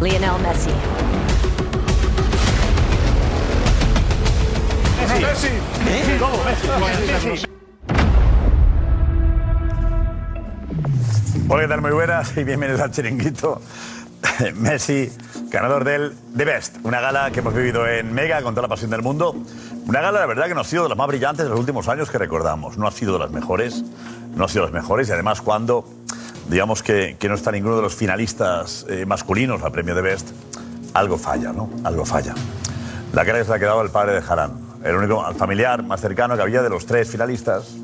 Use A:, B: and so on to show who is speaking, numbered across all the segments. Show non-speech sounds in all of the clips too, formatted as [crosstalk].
A: Lionel Messi.
B: Messi. Sí, vamos, Messi.
C: Hola, ¿qué tal? Muy buenas y bienvenidos al chiringuito. [laughs] Messi, ganador del The Best, una gala que hemos vivido en Mega con toda la pasión del mundo. Una gala, la verdad, que no ha sido de las más brillantes de los últimos años que recordamos. No ha sido de las mejores, no ha sido de las mejores. Y además, cuando, digamos que, que no está ninguno de los finalistas eh, masculinos al premio The Best, algo falla, ¿no? Algo falla. La cara que se le ha quedado al padre de Harán, el único familiar más cercano que había de los tres finalistas.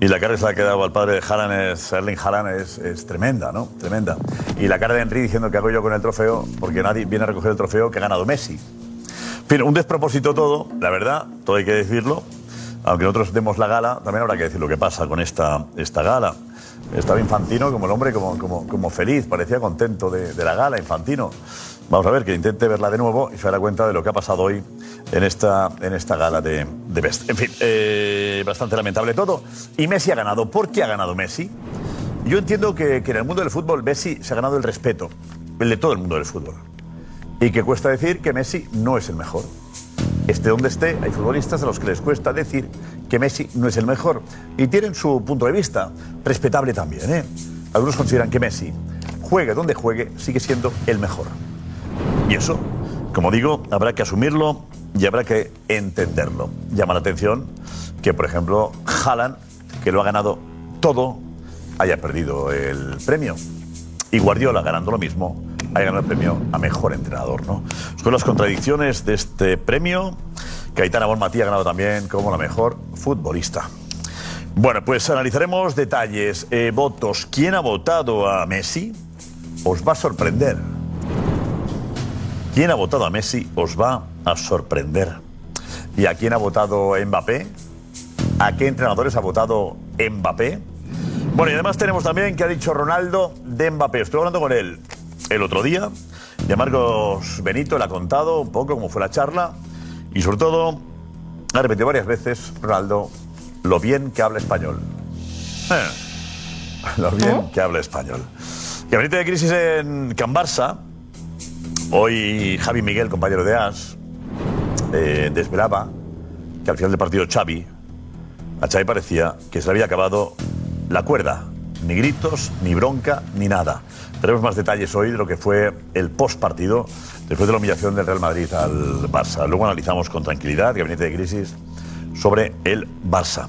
C: Y la cara que se le ha quedado al padre de Haran es, Erling Haran es, es tremenda, ¿no? Tremenda. Y la cara de Henry diciendo que hago yo con el trofeo, porque nadie viene a recoger el trofeo que ha ganado Messi. En fin, un despropósito todo, la verdad, todo hay que decirlo. Aunque nosotros demos la gala, también habrá que decir lo que pasa con esta, esta gala. Estaba Infantino como el hombre, como, como, como feliz, parecía contento de, de la gala, Infantino. Vamos a ver, que intente verla de nuevo y se dará cuenta de lo que ha pasado hoy en esta, en esta gala de, de Best. En fin, eh, bastante lamentable todo. Y Messi ha ganado. ¿Por qué ha ganado Messi? Yo entiendo que, que en el mundo del fútbol Messi se ha ganado el respeto, el de todo el mundo del fútbol. Y que cuesta decir que Messi no es el mejor. Esté donde esté, hay futbolistas a los que les cuesta decir que Messi no es el mejor. Y tienen su punto de vista, respetable también. ¿eh? Algunos consideran que Messi, juegue donde juegue, sigue siendo el mejor. Y eso, como digo, habrá que asumirlo y habrá que entenderlo. Llama la atención que, por ejemplo, Haaland, que lo ha ganado todo, haya perdido el premio. Y Guardiola, ganando lo mismo, haya ganado el premio a mejor entrenador. ¿no? Son las contradicciones de este premio. que Aitana Bonmatí ha ganado también como la mejor futbolista. Bueno, pues analizaremos detalles, eh, votos. ¿Quién ha votado a Messi? Os va a sorprender. ¿Quién ha votado a Messi os va a sorprender? ¿Y a quién ha votado Mbappé? ¿A qué entrenadores ha votado Mbappé? Bueno, y además tenemos también que ha dicho Ronaldo de Mbappé. Estuve hablando con él el otro día. Ya Marcos Benito le ha contado un poco cómo fue la charla. Y sobre todo, ha repetido varias veces Ronaldo lo bien que habla español. Eh, lo bien que habla español. Gabinete de crisis en Can Barça. Hoy Javi Miguel, compañero de As, eh, desvelaba que al final del partido Xavi, a Xavi parecía que se le había acabado la cuerda. Ni gritos, ni bronca, ni nada. Tenemos más detalles hoy de lo que fue el post partido después de la humillación del Real Madrid al Barça. Luego analizamos con tranquilidad, gabinete de crisis, sobre el Barça.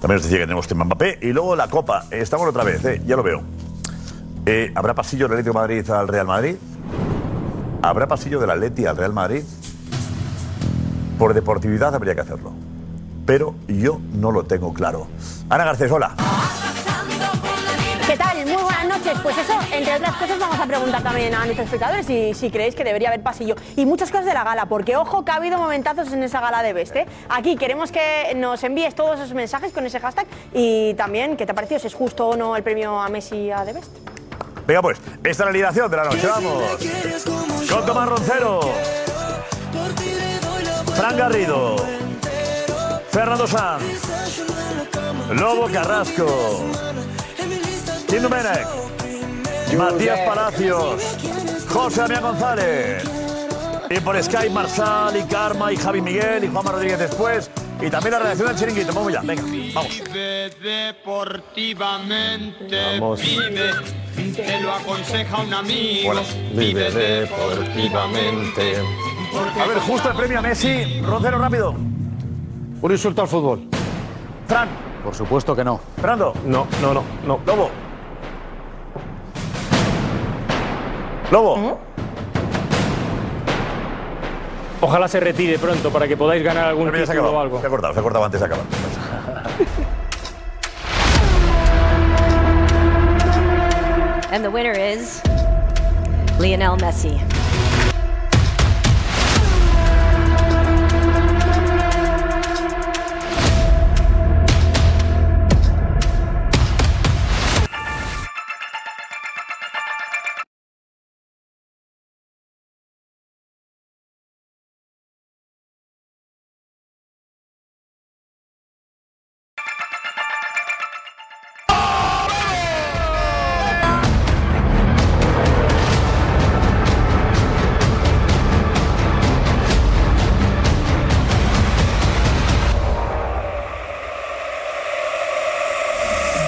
C: También os decía que tenemos tema Mbappé y luego la Copa. Eh, Estamos otra vez, eh, ya lo veo. Eh, ¿Habrá pasillo del Atlético de Madrid al Real Madrid? ¿Habrá pasillo del Atleti al Real Madrid? Por deportividad habría que hacerlo. Pero yo no lo tengo claro. Ana Garcés, hola.
D: ¿Qué tal? Muy buenas noches. Pues eso, entre otras cosas, vamos a preguntar también a nuestros espectadores si, si creéis que debería haber pasillo. Y muchas cosas de la gala, porque ojo que ha habido momentazos en esa gala de Beste. Aquí queremos que nos envíes todos esos mensajes con ese hashtag y también qué te ha parecido, si es justo o no el premio a Messi a The Best.
C: Venga pues, esta es la ligación de la noche, vamos. Con Tomás Roncero. Fran Garrido. Fernando Sanz. Lobo Carrasco. Kim Domenech. Matías Palacios. José Damián González. Y por Sky Marsal y Karma y Javi Miguel y Juanma Rodríguez después. Y también la redacción del chiringuito. Vamos ya, venga, vamos.
E: Deportivamente
C: Vamos.
E: vive, te lo aconseja un amigo.
F: Vive deportivamente.
C: A ver, justo el premio a Messi. Roncero, rápido.
G: Un insulto al fútbol.
C: Fran.
G: Por supuesto que no.
C: Fernando.
G: No, no, no, no.
C: Lobo. Lobo.
G: ¿Eh?
H: Ojalá se retire pronto para que podáis ganar algún
C: Mira, se ha
H: título o
C: acabado,
H: algo.
C: Se ha cortado, se ha cortado antes de acabar.
A: And the winner is Lionel Messi.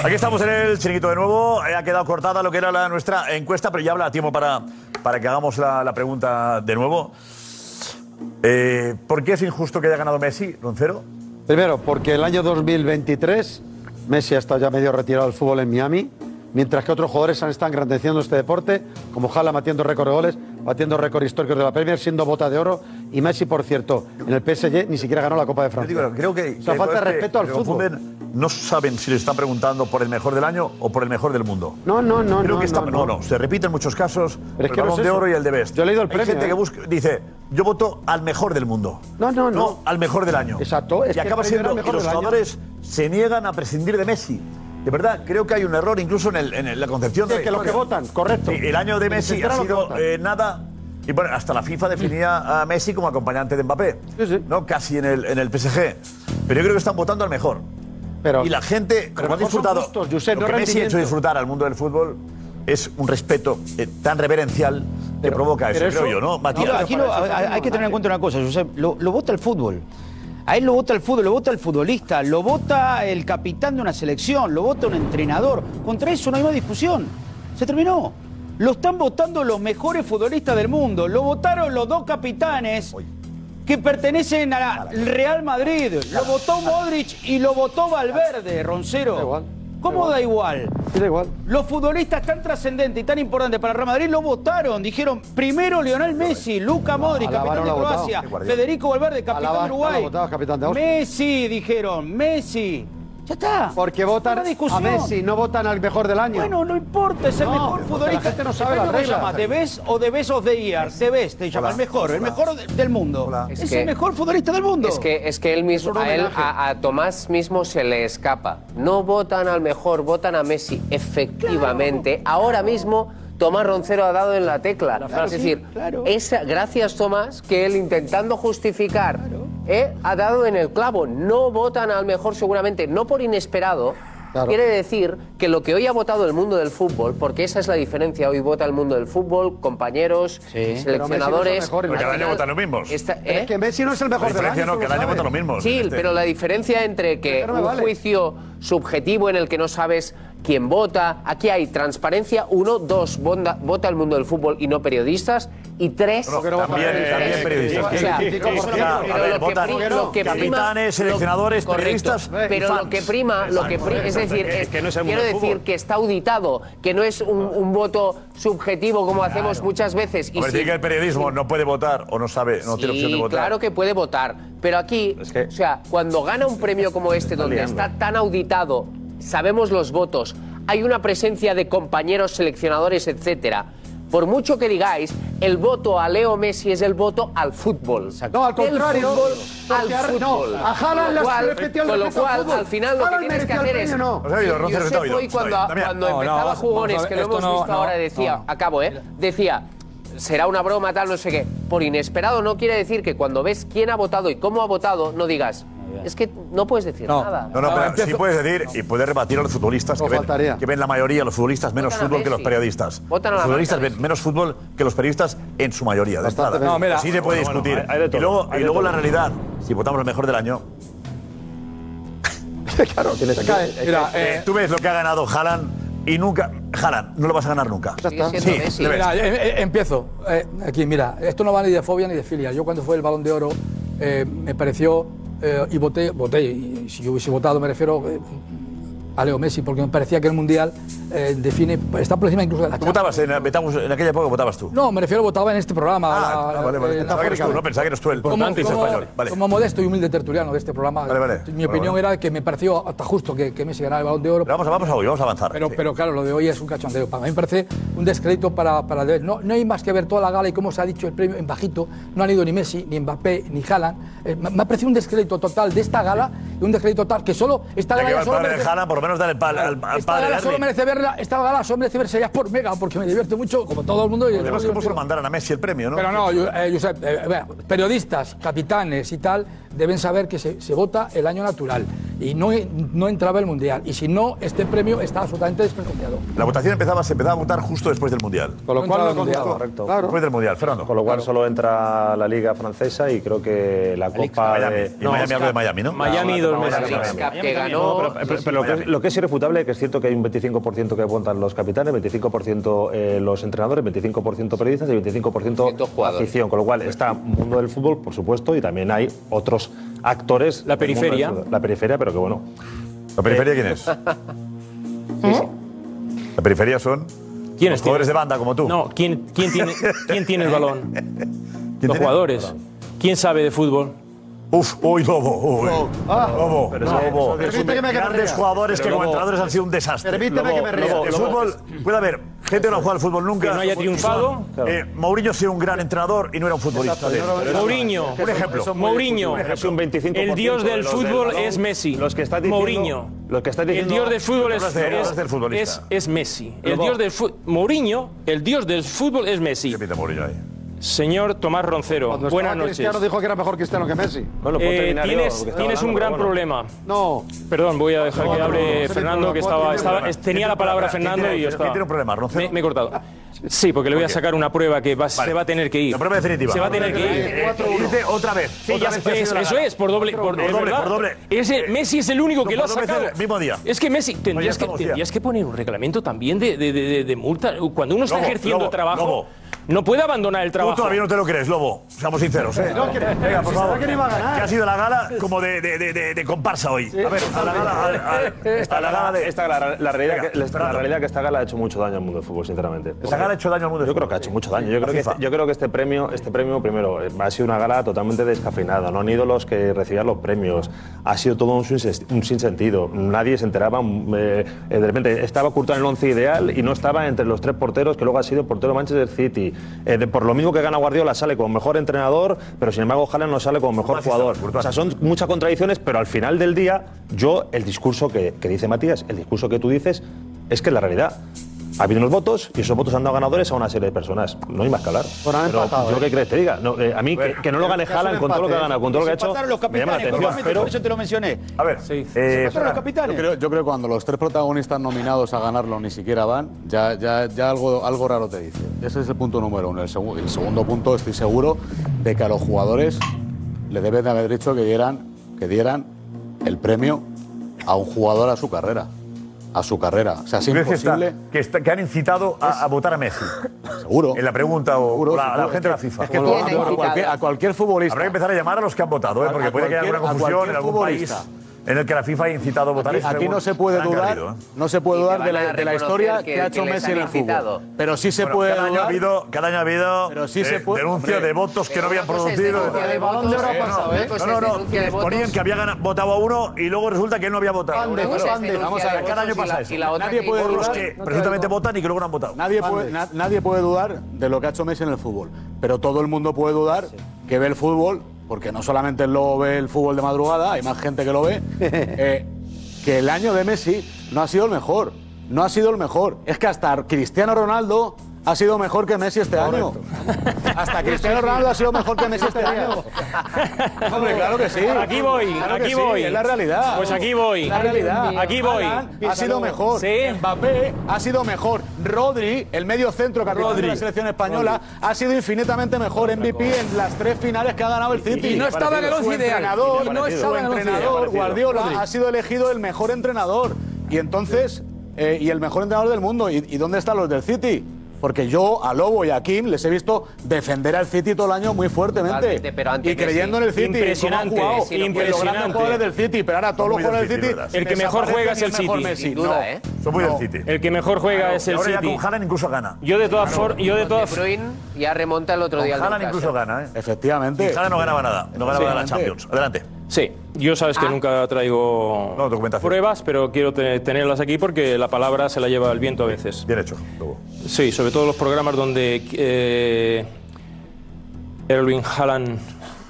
C: Aquí estamos en el chiringuito de nuevo. Eh, Ha quedado cortada lo que era la, nuestra encuesta, pero ya habrá tiempo para, para que hagamos la, la pregunta de nuevo. Eh, ¿Por qué es injusto que haya ganado Messi, Roncero?
G: Primero, porque el año 2023 Messi ha estado ya medio retirado del fútbol en Miami, mientras que otros jugadores han estado engrandeciendo este deporte, como Jala batiendo récord de goles, batiendo récord históricos de la Premier, siendo bota de oro. Y Messi, por cierto, en el PSG ni siquiera ganó la Copa de
C: Yo
G: Francia.
C: digo, creo que.
G: O sea,
C: que
G: falta de
C: todos que-
G: respeto al
C: que
G: fútbol.
C: confunden, No saben si le están preguntando por el mejor del año o por el mejor del mundo.
G: No, no, no.
C: Creo
G: no,
C: que está,
G: no,
C: no, no, se repite en muchos casos
G: Pero es
C: el
G: que no
C: balón
G: es
C: de
G: eso.
C: oro y el de best.
G: Yo he leído el
C: Hay
G: premio,
C: gente
G: ¿eh?
C: que busca, dice, yo voto al mejor del mundo.
G: No, no, no.
C: al mejor del año.
G: Exacto, es
C: y
G: que el
C: acaba
G: premio era
C: siendo
G: mejor
C: que los
G: del año.
C: jugadores se niegan a prescindir de Messi. De verdad, creo que hay un error incluso en, el- en el- la concepción
G: Sí,
C: de la
G: que los que
C: historia.
G: votan, correcto.
C: Sí, el año de
G: Ni
C: Messi
G: siquiera
C: ha
G: los que
C: sido
G: votan.
C: eh, nada. Y bueno, hasta la FIFA definía a Messi como acompañante de Mbappé.
G: Sí, sí.
C: ¿no? Casi en el, en el PSG. Pero yo creo que están votando al mejor.
G: Pero-
C: y la gente,
G: pero
C: como ha
G: mejor son
C: disfrutado.
G: gustos, Josep,
C: lo
G: no
C: que Messi ha hecho
G: rendimiento.
C: disfrutar al mundo del fútbol es un respeto eh, tan reverencial que provoca eso,
G: pero eso-
C: creo yo, ¿no, Matías?
I: No, aquí lo- hay, hay que tener en cuenta una cosa, Josep, lo, lo vota el fútbol. A él lo vota el fútbol, lo vota el futbolista, lo vota el capitán de una selección, lo vota un entrenador. Contra eso no hay más discusión. Se terminó. Lo están votando los mejores futbolistas del mundo. Lo votaron los dos capitanes que pertenecen al Real Madrid. Lo votó Modric y lo votó Valverde, Roncero.
G: Da igual,
I: ¿Cómo da igual?
G: Sí, da igual.
I: Los futbolistas tan trascendentes y tan importantes para el Real Madrid lo votaron. Dijeron primero Lionel Messi, Luca Modric, capitán
G: Alabaron
I: de
G: lo votado.
I: Croacia,
G: Qué
C: guardián.
I: Federico Valverde, capitán de
G: Alabaron lo
I: Uruguay.
G: votado, capitán de Austria.
I: Messi, dijeron, Messi. Ya está.
G: Porque votan
I: Una discusión.
G: a Messi, no votan al mejor del año.
I: Bueno, no importa, es el
G: No,
I: mejor
G: porque
I: futbolista.
G: la gente no sabe
I: Este
G: las
I: año lo
G: reglas.
I: llama The Best o The Best of the Year. The Best te llama,
C: Hola.
I: el mejor, el
C: Hola.
I: mejor de- del mundo.
C: Hola.
I: Es,
J: Es
I: el
J: que-
I: mejor futbolista del mundo.
J: Es que, es que él mismo,
G: un
J: a, él,
G: homenaje.
J: a, a Tomás mismo se le escapa. No votan al mejor, votan a Messi. Efectivamente, ahora mismo Tomás Roncero ha dado en la tecla. es decir,
I: claro.
J: esa- gracias Tomás que él intentando justificar ¿eh? ha dado en el clavo. No votan al mejor seguramente, no por inesperado.
G: Claro.
J: Quiere decir que lo que hoy ha votado el mundo del fútbol, porque esa es la diferencia, hoy vota el mundo del fútbol, compañeros,
G: Pero Messi no es el
J: seleccionadores.
G: mejor,
C: Pero cada año votan los mismos.
J: Esta-
G: Pero
J: ¿eh?
G: Es que Messi no es el
C: La
G: mejor del
C: diferencia
G: año.
C: no,
G: tú
C: que
G: lo
C: el año
G: sabes.
C: votan los mismos.
J: Sí,
C: Este-
J: pero la diferencia entre que
G: Pero no me
J: un
G: vale.
J: juicio subjetivo en el que no sabes quién vota, aquí hay transparencia, uno, dos, bonda- vota el mundo del fútbol y no periodistas, y tres...
C: No,
G: que no
C: también,
G: votan
C: eh, también
G: periodistas.
C: periodistas.
J: O sea,
G: Sí, sí, sí,
J: pero
G: sí,
J: lo
G: sí,
C: a
J: que-
C: ver,
J: pero lo que
C: votan
J: pri-
G: primero
J: lo que prima-
C: capitanes,
J: lo-
C: seleccionadores,
J: correcto,
C: periodistas y
J: Pero
C: fans.
J: lo que prima, lo que pri- es decir,
B: es
J: es-
B: que no es el mundo
J: quiero
B: del
J: decir
B: fútbol.
J: que está auditado, que no es un, un voto subjetivo como hacemos muchas veces.
C: A ver,
J: si-
C: dice que el periodismo no puede votar o no sabe, no tiene opción de
J: Sí,
C: votar.
J: claro que puede votar. Pero aquí, o sea, cuando gana un premio como este, donde está tan auditado, sabemos los votos, hay una presencia de compañeros, seleccionadores, etcétera. Por mucho que digáis, el voto a Leo Messi es el voto al fútbol.
G: No, al
J: Del
G: contrario.
J: fútbol al
G: Porque ahora-
J: fútbol.
G: no, a Haaland
J: Con lo
G: le
J: cual,
G: repetió el
J: con lo
G: respeto al
J: cual,
G: fútbol.
J: al final lo que
G: Haaland
J: tienes que
G: mereció el
J: hacer es.
G: premio, no.
C: Os he oído,
J: Yo-
C: Roncero, te
J: yo
C: he
J: sé
C: oído,
J: hoy
C: te he
J: cuando,
C: oído. Damián.
J: cuando
C: No,
J: empezaba
K: vamos-
J: jugones,
K: vamos a ver,
J: que lo
K: esto
J: hemos
K: no-
J: visto
K: no,
J: ahora, decía,
K: no.
J: acabo, ¿eh? Decía, será una broma, tal, no sé qué. Por inesperado no quiere decir que cuando ves quién ha votado y cómo ha votado, no digas. Es que no puedes decir
K: No.
J: nada.
C: No, no,
K: Ah,
C: pero
K: empiezo-
C: sí puedes decir y puedes rebatir a los futbolistas
G: No
C: que ven,
G: faltaría.
C: que ven la mayoría, los futbolistas menos
J: Votan a
C: fútbol que los
J: Messi.
C: periodistas.
J: Votan a
C: los
J: la
C: futbolistas
J: marca
C: ven menos fútbol que los periodistas en su mayoría. De
G: Bastante
C: entrada.
G: No,
K: mira.
C: sí se puede
B: Bueno,
C: discutir.
B: bueno, hay- hay de todo,
C: y luego,
B: hay
C: y
B: de
C: luego
B: todo.
C: la realidad, si votamos el mejor del año.
G: Claro, tienes que caer.
K: Mira, eh,
C: eh, tú ves lo que ha ganado Haaland y nunca. Haaland, no lo vas a ganar nunca.
J: Sigue
G: está.
J: siendo
C: Sí,
J: Messi.
C: de verdad.
K: Mira, eh, eh, empiezo. Eh, aquí, mira, esto no va ni de fobia ni de filia. Yo cuando fue el balón de oro eh, me pareció, eh, y voté, voté, y si yo hubiese votado me refiero eh, a Leo Messi, porque me parecía que el Mundial eh, define, está por encima incluso de la
C: Tú
K: Champions.
C: votabas en, votabas- en aquella época, votabas tú.
K: No, me refiero, votaba en este programa.
C: Ah,
K: la-
C: ah, vale, vale.
K: eh,
C: Pensaba que eres tú, no pensaba que eres tú el
K: como,
C: importante y
K: como-
C: español. Vale.
K: como modesto y humilde tertuliano de este programa,
C: Vale, vale.
K: mi
C: Vale,
K: opinión
C: vale.
K: era que me pareció hasta justo que, que Messi ganara el balón de oro.
C: Pero vamos, vamos a hoy, vamos a avanzar.
K: Pero,
C: sí.
K: pero claro, lo de hoy es un cachondeo. Para mí me parece un descrédito para, para Debes. No, no hay más que ver toda la gala y cómo se ha dicho el premio en bajito. No han ido ni Messi, ni Mbappé, ni Haaland. Eh, me me ha parecido un descrédito total de esta gala y un descrédito total que solo esta
C: Ya
K: gala
C: que va
K: ya
C: el
K: solo
C: padre de
K: merece-
C: Haaland, por lo menos dale el pal- al, al
K: esta
C: padre.
K: gala
C: darle.
K: solo merece verla, esta gala solo merece verse ya por mega, porque me divierto mucho, como todo el mundo. y-
C: El tema es que puso mandaran a Messi el premio, ¿no?
K: pero no, yo- eh, Josep, eh, bueno, periodistas, capitanes y tal deben saber que se, se vota el año natural, y no, no entraba el Mundial. Y si no, este premio está absolutamente desprestigiado.
C: La votación empezaba, se empezaba a votar justo después del Mundial.
K: Con lo No cual, entraba el lo Mundial, contestó.
L: correcto.
C: Claro. Después del Mundial, Fernando.
L: Con lo cual solo entra la Liga Francesa y creo que la Copa
C: Miami.
L: de...
C: Y Miami, algo de Miami, ¿no? Miami,
L: no,
C: dos
L: no,
C: meses.
L: no, no,
C: Leagues
L: no,
C: Cup
L: no,
C: que
L: no,
C: ganó.
L: pero- pero- pero lo, que, lo que es irrefutable que es cierto que hay un 25% que votan los capitanes, 25% eh, los entrenadores, 25% periodistas y 25% afición. Con lo cual está mundo del fútbol, por supuesto, y también hay otros actores. La
H: periferia.
L: La periferia, pero que bueno. Eh,
C: ¿La periferia quién es? ¿La periferia son?
H: ¿Quién
C: Los jugadores de banda como tú.
H: No, ¿quién, quién,
C: [laughs]
H: tiene, ¿quién tiene el balón? Los
C: tiene?
H: jugadores. ¿Quién sabe de fútbol?
C: Uf, uy, Lobo, uy. Lobo,
H: No,
C: Lobo.
H: pero eso-
C: Permíteme que me
H: grandes
C: ría. jugadores
H: Pero
C: que como
H: Lobo-
C: entrenadores han sido un desastre.
H: Permíteme que me ría.
C: Lobo,
H: El
C: el
H: fútbol-
C: fútbol, puede haber gente que no ha jugado al fútbol nunca.
H: Que no haya triunfado.
C: Claro. Eh, Mourinho ha sido un gran entrenador y no era un futbolista.
H: Mourinho,
C: un ejemplo.
H: Mourinho,
C: Un ejemplo.
H: el dios del fútbol es Messi.
L: Los que estás diciendo-
H: Mourinho.
L: los que estás
H: el
L: diciendo-
H: dios del fútbol
L: Hablas
H: es,
L: de-
H: es,
L: hablas del futbolista.
H: es- es Messi. El
L: Lobo.
H: dios del fu- Mourinho, el dios del fútbol es Messi. Señor Tomás Roncero,
G: Cuando
H: buenas
G: estaba
H: noches.
G: Cristiano dijo que era mejor Cristiano que Messi.
H: Eh, tienes tienes un gran problema.
G: No.
H: Perdón, voy a dejar
G: No,
H: que
G: no, no, no,
H: hable
G: no, no,
H: Fernando,
G: no,
H: que
G: no,
H: estaba,
G: tiene
H: estaba-
G: problema.
H: es- tenía
G: Tiene
H: la palabra
G: problema.
H: Fernando
G: Tiene-
H: y yo
G: tiene-
H: estaba.
G: tiene un
C: problema,
H: me, me he cortado. Sí, porque le voy a
C: qué?
H: sacar una prueba que va- se
C: Vale.
H: va a tener que ir.
C: La prueba definitiva.
H: Se va a tener que ir.
C: Eh, irte otra vez.
H: Sí,
C: Otra
H: ya
C: vez te ha
H: es-
C: sido la
H: eso
C: gana.
H: es, por doble. Por,
C: Por
H: es
C: doble,
H: verdad.
C: por doble.
H: Es el- Messi es el único
C: no,
H: que lo ha
C: por doble
H: sacado.
C: cero, mismo día.
H: Es que Messi, tendrías, que,
C: estamos ya.
H: tendrías que poner un reglamento también de, de- de- de- de multa. Cuando uno está
C: Lobo,
H: ejerciendo
C: Lobo,
H: trabajo,
C: Lobo.
H: no puede abandonar el trabajo.
C: Tú todavía no te lo crees, Lobo. Seamos sinceros, ¿eh?
H: No, que-
C: Venga, por
H: si
C: favor.
H: sabe que no iba a ganar.
C: Que ha sido la gala como de, de, de, de- de comparsa hoy. A ver, a la gala. a la- [laughs] a la-
L: Esta, la, la- esta- la- la realidad
C: Venga,
L: que, la- la,
C: Fernando.
L: realidad que esta gala ha hecho mucho daño al mundo del fútbol, sinceramente.
C: Esta gala ha hecho daño al mundo del
L: Yo creo que ha hecho mucho daño. Yo creo, que este, yo creo que este premio, este premio primero, eh, ha sido una gala totalmente descafeinada. No han ido los que recibían los premios. Ha sido todo un, sinses- un sinsentido. Nadie se enteraba. mm, eh, eh, de repente estaba Courtois en el once ideal y no estaba entre los tres porteros que luego ha sido portero Manchester City. Eh, de- por lo mismo que gana Guardiola, sale como mejor entrenador, pero sin embargo Haaland no sale como mejor jugador. O sea, son muchas contradicciones, pero al final del día, yo, el discurso que, que dice Matías, el discurso que tú dices, es que es la realidad. Ha habido unos votos y esos votos han dado ganadores a una serie de personas. No hay más que hablar. pero
G: empatado,
L: yo
G: ¿eh?
L: qué crees que te diga. No, eh, a mí que- que, no lo gane
I: Que es un
L: Haaland con todo lo que
I: empate.
L: ha
I: ¿eh?
L: ganado, con todo lo que ha
I: Se empataron
L: hecho,
I: los
L: me llama la
I: capitanes,
L: atención.
I: curiosamente,
L: Pero
I: por eso te lo mencioné.
C: A ver,
I: Se
C: eh,
I: empataron los capitanes.
M: Yo creo, yo creo que cuando los tres protagonistas nominados a ganarlo ni siquiera van, ya, ya, ya algo, algo raro te dice. Ese es el punto número uno. El, segu- el segundo punto, estoy seguro de que a los jugadores le deben de haber dicho que dieran, que dieran el premio a un jugador a su carrera. A su carrera. O sea, es
C: ¿Tú crees que, está-
M: imposible.
C: que, está- que han incitado a, a votar a Messi?
M: Seguro.
C: En la pregunta o
M: Seguro,
C: la, la
M: seguro.
C: gente de la
M: Es que-
C: FIFA.
M: es que tú- a- a cualquier- a cualquier futbolista.
C: Habrá que empezar a llamar a los que han votado, ¿eh?
M: A-
C: porque
M: a
C: puede que haya
M: cualquier-
C: alguna
M: a
C: confusión en
M: cualquier
C: algún país en el que la FIFA ha incitado a votar.
M: Aquí,
C: Eso
M: aquí
C: seguro
M: no se puede
C: han
M: dudar,
C: cabido, ¿eh?
M: no se puede
C: Y te
M: dudar de
C: van
M: la,
C: a
M: de la
C: reconocer
M: historia
C: que-
M: que, ha
C: que
M: hecho
C: les
M: Messi
C: han
M: en el
C: incitado.
M: fútbol. Pero sí se
C: Bueno,
M: puede
C: cada año ha
M: dudar-
C: habido, cada año ha habido
M: Pero sí
C: eh,
M: se puede-
C: denuncia
M: hombre,
C: de votos que no habían
M: una cosa es
C: producido.
M: denuncia de El Balón de votos, Oro ha eh, pasado, no, ¿eh? una cosa
C: No,
M: es
C: no, no.
M: denuncia de
C: les Ponían
M: votos.
C: que había gana- votado a uno y luego resulta que él no había votado.
M: Pan de-
C: Bueno,
M: pan de-
C: Vamos a ver, cada año pasa eso.
M: Nadie puede
C: Por los
M: dudar-
C: que
M: no te
C: presuntamente
M: oigo.
C: votan y que luego no han votado.
M: Nadie puede, na- nadie puede dudar de lo que ha hecho Messi en el fútbol, pero todo el mundo puede dudar que ve el fútbol, porque no solamente el lobo ve el fútbol de madrugada, hay más gente que lo
H: [laughs]
M: ve, eh, que el año de Messi no ha sido el mejor. No ha sido el mejor. Es que hasta Cristiano Ronaldo ha sido mejor que Messi este año. Hasta Cristiano Ronaldo ha sido mejor que Messi este
H: [laughs]
M: año. Hombre, claro que sí.
H: Aquí voy,
M: Claro que
H: aquí
M: sí,
H: voy.
M: Es la realidad.
H: Pues aquí voy.
M: La realidad.
H: Aquí voy.
M: Haaland Ha sido mejor. Mbappé ha sido mejor. Rodri, el medio centro capitán
H: Rodri.
M: de la selección española, ha sido infinitamente mejor MVP en las tres finales que ha ganado el City.
K: Y no estaba en el
M: Su
K: once ideal.
M: entrenador,
K: Y no estaba en el
M: su
K: once ideal.
M: entrenador,
K: Parecido.
M: Guardiola,
K: Rodri.
M: ha sido elegido el mejor entrenador. Y entonces, eh, y el mejor entrenador del mundo. ¿Y, y dónde están los del City? Porque yo a Lobo y a Kim les he visto defender al City todo el año muy fuertemente.
J: Totalmente, pero ante
M: y creyendo en el City.
H: Impresionante,
M: cómo han jugado,
H: sí,
M: y en los grandes
H: impresionante.
M: jugadores del City. Pero ahora todos los
H: Son muy del
M: jugadores del
H: City,
M: City.
H: ¿verdad? El que mejor
M: desaparecen
H: juega
M: y
H: es el
M: mejor
H: City.
M: Messi.
H: Sin duda,
M: No.
J: ¿eh?
C: Son muy del
M: No.
C: City.
H: El que mejor juega
C: Claro,
H: es el
C: y ahora ya
H: City.
C: con Haaland incluso gana.
H: Yo de todas
C: Claro.
H: formas, yo de todas
J: De Bruyne ya remonta el otro
C: Con
J: día. al
C: Haaland
J: Newcastle.
C: incluso gana, ¿eh?
M: Efectivamente.
C: Y Haaland no ganaba nada. No ganaba nada la
J: Efectivamente.
C: Champions. Adelante.
H: Sí, yo sabes que
J: Ah.
H: nunca traigo pruebas, pero quiero te- tenerlas aquí porque la palabra se la lleva el viento a veces.
C: Bien hecho.
H: Sí, sobre todo los programas donde eh, Erling Haaland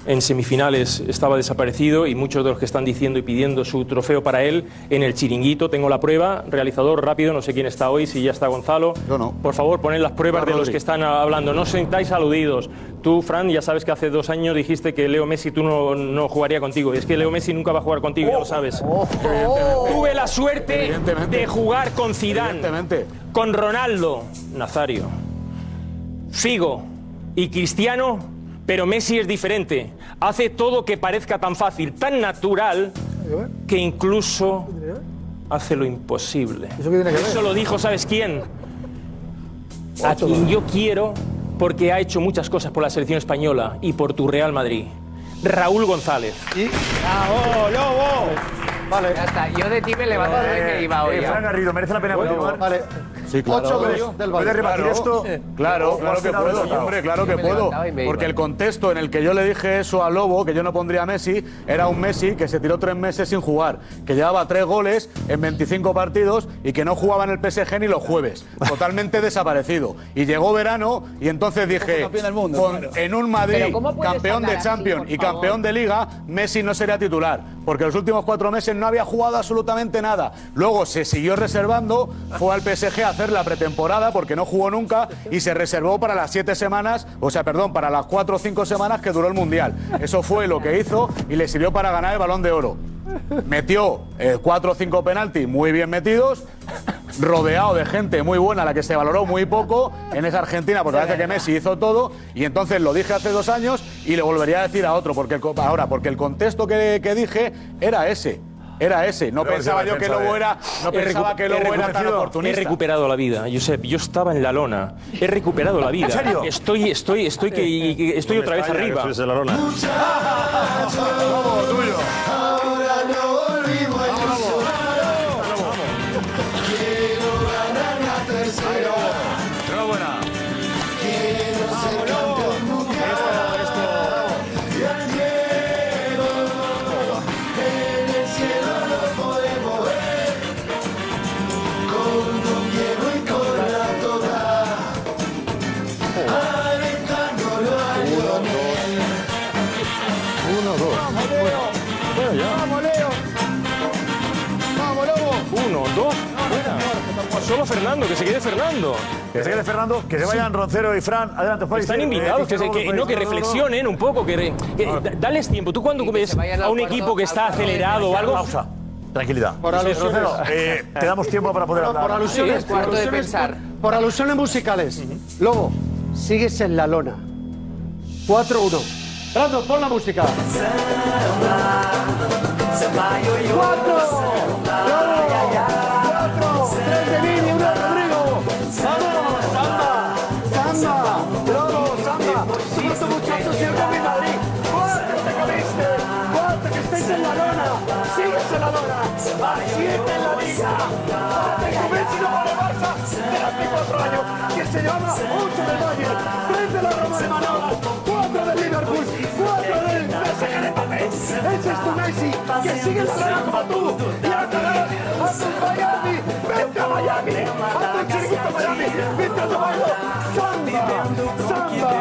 H: en semifinales estaba desaparecido y muchos de los que están diciendo y pidiendo su trofeo para él en el chiringuito, tengo la prueba, realizador rápido, no sé quién está hoy, si ya está Gonzalo. Por favor, poned las pruebas de los que están a- hablando, no os sentáis aludidos. Tú, Fran, ya sabes que hace dos años dijiste que Leo Messi tú no, no jugaría contigo, y es que Leo Messi nunca va a jugar contigo, ya lo sabes. Tuve la suerte de jugar con Zidane, con Ronaldo, Nazario, Figo y Cristiano, pero Messi es diferente. Hace todo que parezca tan fácil, tan natural, que incluso hace lo imposible.
K: ¿Eso qué tiene que ver?
H: Eso lo dijo, ¿sabes quién? A quien yo quiero porque ha hecho muchas cosas por la selección española y por tu Real Madrid. Raúl González.
J: ¡Bravo, lobo! Vale. Ya está, yo de ti me levantaré que iba hoy.
C: Eh, Fran Garrido, ¿merece la pena continuar? Vale.
M: Sí, claro.
C: Ocho goles
M: Claro.
C: del Valle. ¿Puede rebatir
M: Claro.
C: esto?
M: Claro,
C: ¿Cómo
M: claro
C: has
M: que
C: quedado,
M: puedo,
C: Gustavo?
M: hombre, claro
C: Yo
M: que
C: me
M: puedo.
C: levantaba y me iba.
M: Porque el contexto en el que yo le dije eso a Lobo, que yo no pondría a Messi, era un Messi que se tiró tres meses sin jugar, que llevaba tres goles en 25 partidos y que no jugaba en el PSG ni los [laughs] jueves. Totalmente desaparecido. Y llegó verano y entonces dije, con- en un Madrid
N: Pero ¿cómo puedes
M: campeón de
N: hablar así,
M: Champions
N: por
M: y
N: favor?
M: campeón de Liga, Messi no sería titular, porque los últimos cuatro meses no había jugado absolutamente nada. Luego se siguió reservando, fue al PSG a hacer la pretemporada porque no jugó nunca y se reservó para las siete semanas, o sea, perdón, para las cuatro o cinco semanas que duró el Mundial. Eso fue lo que hizo y le sirvió para ganar el Balón de Oro. Metió eh, cuatro o cinco penaltis muy bien metidos, rodeado de gente muy buena, la que se valoró muy poco en esa Argentina, porque parece que Messi hizo todo, y entonces lo dije hace dos años y lo volvería a decir a otro, porque el co- ahora, porque el contexto que, que dije era ese. Era ese, no
H: Pero
M: pensaba
H: esa
M: yo que
H: defensa
M: Lobo
H: de-
M: era, no
H: He
M: pensaba
H: Eh, recu-
M: que
H: he
M: Lobo era tan
H: recuperado- He
M: oportunista.
H: recuperado la vida, Josep. Yo estaba en la lona. He recuperado la vida.
M: ¿En serio? Eh,
H: Estoy, estoy, estoy, que, y- y- estoy
L: No me
H: otra vez
L: extraña que
H: arriba.
L: estuviese en la lona.
N: Ahora no volvimos a ilusionar. Quiero ganar la tercera. Quiero ser campeón mundial. Y al cielo, en el cielo lo podemos ver. Con Don Diego y con la toga. Alentándolo a Lionel.
G: Uno, dos.
N: Bueno, ya.
I: ¡Vamos, Leo! ¡Vamos, Lobo!
H: Uno, dos. fuera. Solo Fernando, que se quede Fernando.
C: Que se quede Fernando, que se vayan Roncero y eh, Fran. Adelante, Juan.
H: Están invitados, que, se- que- no, que reflexionen un poco, que, re- que
C: Ah.
H: da- dales tiempo. Tú cuando ves
C: vayan
H: a
C: al
H: un
C: cuarto-
H: equipo que está
C: al cuarto de
H: acelerado o algo...
C: Pausa. Tranquilidad.
G: Por alusiones.
C: Roncero, eh, te damos tiempo para poder
G: Por,
C: hablar.
G: por alusiones, por alusiones- por- por alusiones musicales. Lobo, sigues en la lona. 4-1. Brando, pon la música.
N: Cuatro. Cuatro. Tres de Vini, uno de Rodrigo. Vamos, samba. Samba. Bravo, samba. Somos los muchachos siempre en Madrid. Cuatro que comiste. Cuatro que estáis en la lona. Sigues en la lona. Siete en la liga. Cuatro que coméis y no vale Barça. De hace cuatro años. Que se llama ocho del Valle. Tres de la Roma de Manola. Cuatro del Liverpool. Cuatro del PSG de Mbappé. Ese es tu Messi. Que sigue en la lona como tú. Y ahora te vas a tu Miami. Vete a Miami. A tu chiringuito Miami. Vete a tu bailo. Samba. Samba.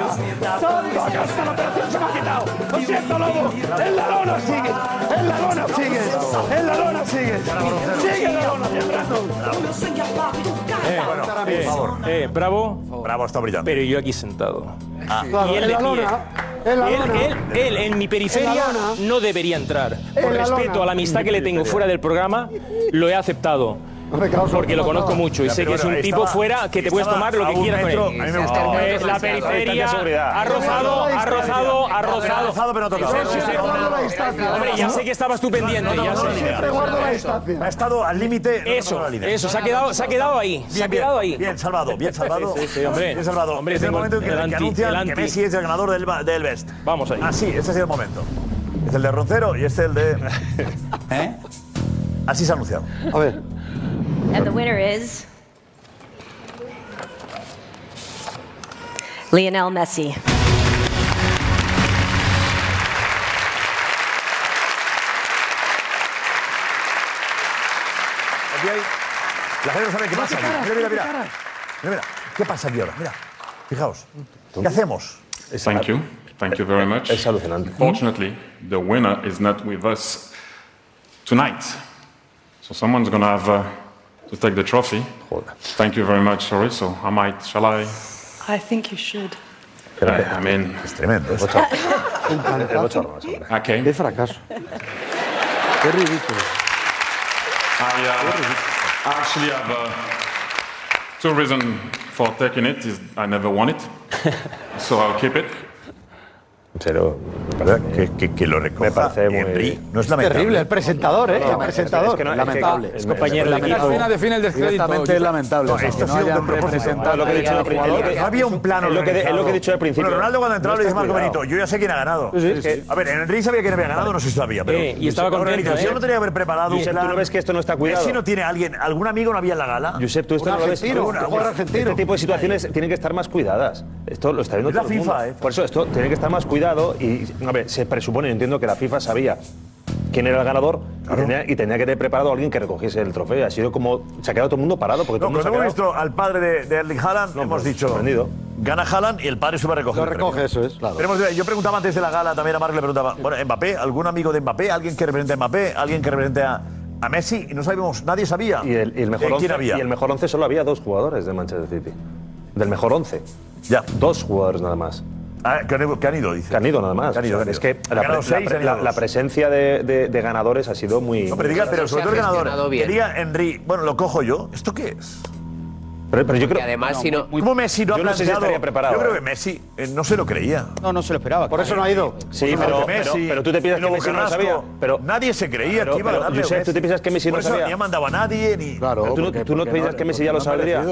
N: Samba. Que hasta la operación se me ha quitado. Lo siento, Lobo. En la lona sigue. En la lona sigue. En la lona sigue. Sigue en la lona.
C: Eh, bueno, eh, por favor.
H: Eh, bravo.
C: Bravo, está Ah. brillante.
H: Pero yo aquí sentado.
G: Claro,
H: y él
G: en
H: de
G: la
H: pie.
G: lona. En la
H: Él,
G: lona.
H: él- él en mi periferia
G: En la lona.
H: no debería entrar.
G: En
H: Por
G: la
H: respeto
G: lona.
H: a la amistad que le tengo fuera del programa, lo he aceptado. Porque lo conozco mucho y
C: Ya,
H: sé
C: pero
H: que es un
C: bueno,
H: tipo
C: estaba-
H: fuera que te puedes
C: estaba
H: tomar lo
C: a
H: que
C: un
H: quieras con
C: metro,
H: él.
C: a mí me gusta.
H: Pues la periferia ha rozado, ha rozado, ha rozado.
C: pero no tocado.
H: Hombre, ya sé que estabas tú pendiente, ya sé.
C: Ha estado al límite. no
H: Eso,
C: tocaba la línea.
H: eso, se ha quedado, se ha quedado ahí. Se ha
C: Bien, bien,
H: quedado ahí.
C: Bien salvado, bien salvado.
H: Sí, sí, hombre.
C: Bien salvado.
H: Hombre,
C: es el
H: tengo
C: momento en que,
H: el
C: que
H: anti, el
C: anuncian que
H: anti.
C: Messi es el ganador del, ba- del Best.
H: Vamos ahí.
C: Así, ese ha sido el momento. Es el de Roncero y este el de. ¿Eh? Así se ha anunciado.
G: A ver.
A: And the winner is Lionel Messi.
C: Aquí hay- La gente no sabe qué pasa. aquí. Mira, mira, mira. Mira, mira. ¿Qué pasa aquí ahora? Mira. Fijaos. ¿Qué hacemos?
O: Thank you. Thank you very much. Fortunately, the winner is not with us tonight. So someone's going to have uh, to take the trophy. Thank you very much, sorry. So I might, shall I?
P: I think you should.
O: I, I mean.
C: Es tremendo.
O: [laughs] Okay.
G: Qué fracaso. Qué ridículo.
O: I uh, actually have uh, two reasons for taking it. Is I never won it, so I'll keep it.
C: Pero, que, que, que lo recoja. Me parece muy No es lamentable.
G: Terrible, el presentador, ¿eh? El presentador. lamentable.
M: Es compañero de equipo. Directamente es lamentable.
G: No,
M: o sea,
G: esto
M: que
G: ha sido
M: haya
G: un
M: hombre
G: propósito.
M: presentado
G: Lo que he dicho
M: ahí
G: al
M: al jugador.
G: principio. No había un plano
M: Es lo que, es lo que he dicho al
C: Bueno,
M: principio.
C: Ronaldo cuando entraba le dice Marco Benito, yo ya sé quién ha ganado.
M: Sí, sí, es que-
C: A ver, en el Rey sabía quién había ganado, no sé si sabía, pero
L: Sí, Eh, y estaba
C: la
L: contento,
C: organización
L: ¿eh?
C: no tenía que haber preparado
L: Josep, ¿tú no ves que esto no está cuidado?
C: Messi no tiene a alguien, algún amigo no había en la gala.
L: Josep, tú esto
C: Un
L: no lo ves.
C: argentino,
L: Una-
C: un argentino.
L: Este tipo de situaciones tienen que estar más cuidadas. Esto lo está viendo
C: Es la
L: todo el mundo.
C: FIFA, ¿eh?
L: Por eso esto tiene que estar más cuidado y, a ver, se presupone, yo entiendo que la FIFA sabía quién era el ganador y, tenía, y tenía que tener preparado a alguien que recogiese el trofeo. Ha sido como, se ha quedado todo el mundo parado porque todo
C: No,
L: el mundo
C: cuando
L: Pues se ha quedado-
C: hemos
L: pues
C: visto al padre de, de Erling Haaland, hemos dicho, gana Haaland y el padre sube a recoger.
G: Lo
C: el
G: recoge,
C: premio.
G: eso es. Claro.
C: Tenemos- yo preguntaba antes de la gala también a Marc, le preguntaba, bueno, Mbappé, ¿algún amigo de Mbappé? ¿Alguien que represente a Mbappé? ¿Alguien que represente a, a Messi? Y no sabíamos, nadie sabía
L: Y el, y el mejor
C: eh, quién
L: once-
C: había.
L: Y el mejor 11 solo había dos jugadores de Manchester City. Del mejor 11.
C: Ya. Ah,
L: Dos jugadores nada más.
C: que, han, ido, dice.
L: Que han ido nada más.
C: Que han ido,
L: O sea,
C: que han
L: es
C: ido.
L: que
C: Han
L: la,
C: ganado
L: pre- la
C: seis,
L: pre-
C: han ido
L: la-
C: dos.
L: la presencia de, de- de ganadores ha sido muy.
C: No, pero diga, pero sobre todo el ganador, que diga Henry, bueno, lo cojo yo, ¿esto qué es?
L: Pero, yo creo-
J: además,
C: Bueno,
J: si no-
C: ¿Cómo Messi no ha
J: Yo no sé si
C: planteado?
J: estaría preparado,
C: Yo creo
J: ¿eh?
C: que Messi eh, no se lo creía.
I: No, no se lo esperaba.
G: Por eso no ha ido.
L: Sí, pero, pero, pero tú te piensas que
C: luego
L: Messi no lo
C: Carrasco,
L: sabía. Pero,
C: nadie se creía
L: Pero-
C: que iba a
L: pero,
C: ganarle a
L: Josep,
C: Messi.
L: ¿tú te piensas que Messi
C: Por
L: no
C: eso
L: sabía?
C: Ni ha mandado a nadie, ni...
L: Pero tú, no- tú no te piensas que Messi ya lo sabría.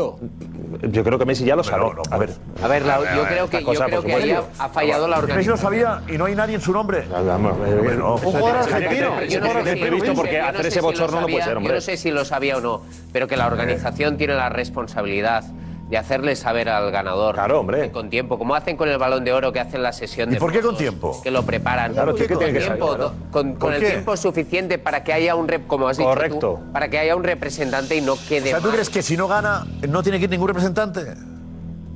L: Yo creo que Messi ya lo sabría. a ver,
J: A ver, Raúl, yo creo que, yo creo que ahí ha, ha fallado la
C: Messi
J: organización.
C: lo sabía y no hay nadie en su nombre.
L: Bueno,
C: un jugador argentino.
J: Yo no sé si-
L: previsto porque
J: yo no
L: hacer
J: sé
L: ese
J: si lo
L: bochorno no puede
J: sabía-
L: ser, hombre.
J: Yo no sé si lo sabía o no, pero que la organización tiene la responsabilidad de hacerle saber al ganador. Claro, hombre. Con tiempo, como hacen con el balón de oro que hacen la sesión de.
C: por qué con
J: fotos,
C: tiempo?
J: Que lo preparan.
C: Claro,
J: con
C: sí que tiene que
J: tiempo,
C: saber, claro.
J: con, con
C: ¿Por
J: el
C: qué?
J: tiempo suficiente para que haya un rep, como has dicho
C: Correcto.
J: tú, para que haya un representante y no
C: O
J: quede.
C: sea, ¿tú
J: mal.
C: crees que si no gana no tiene que ir ningún representante?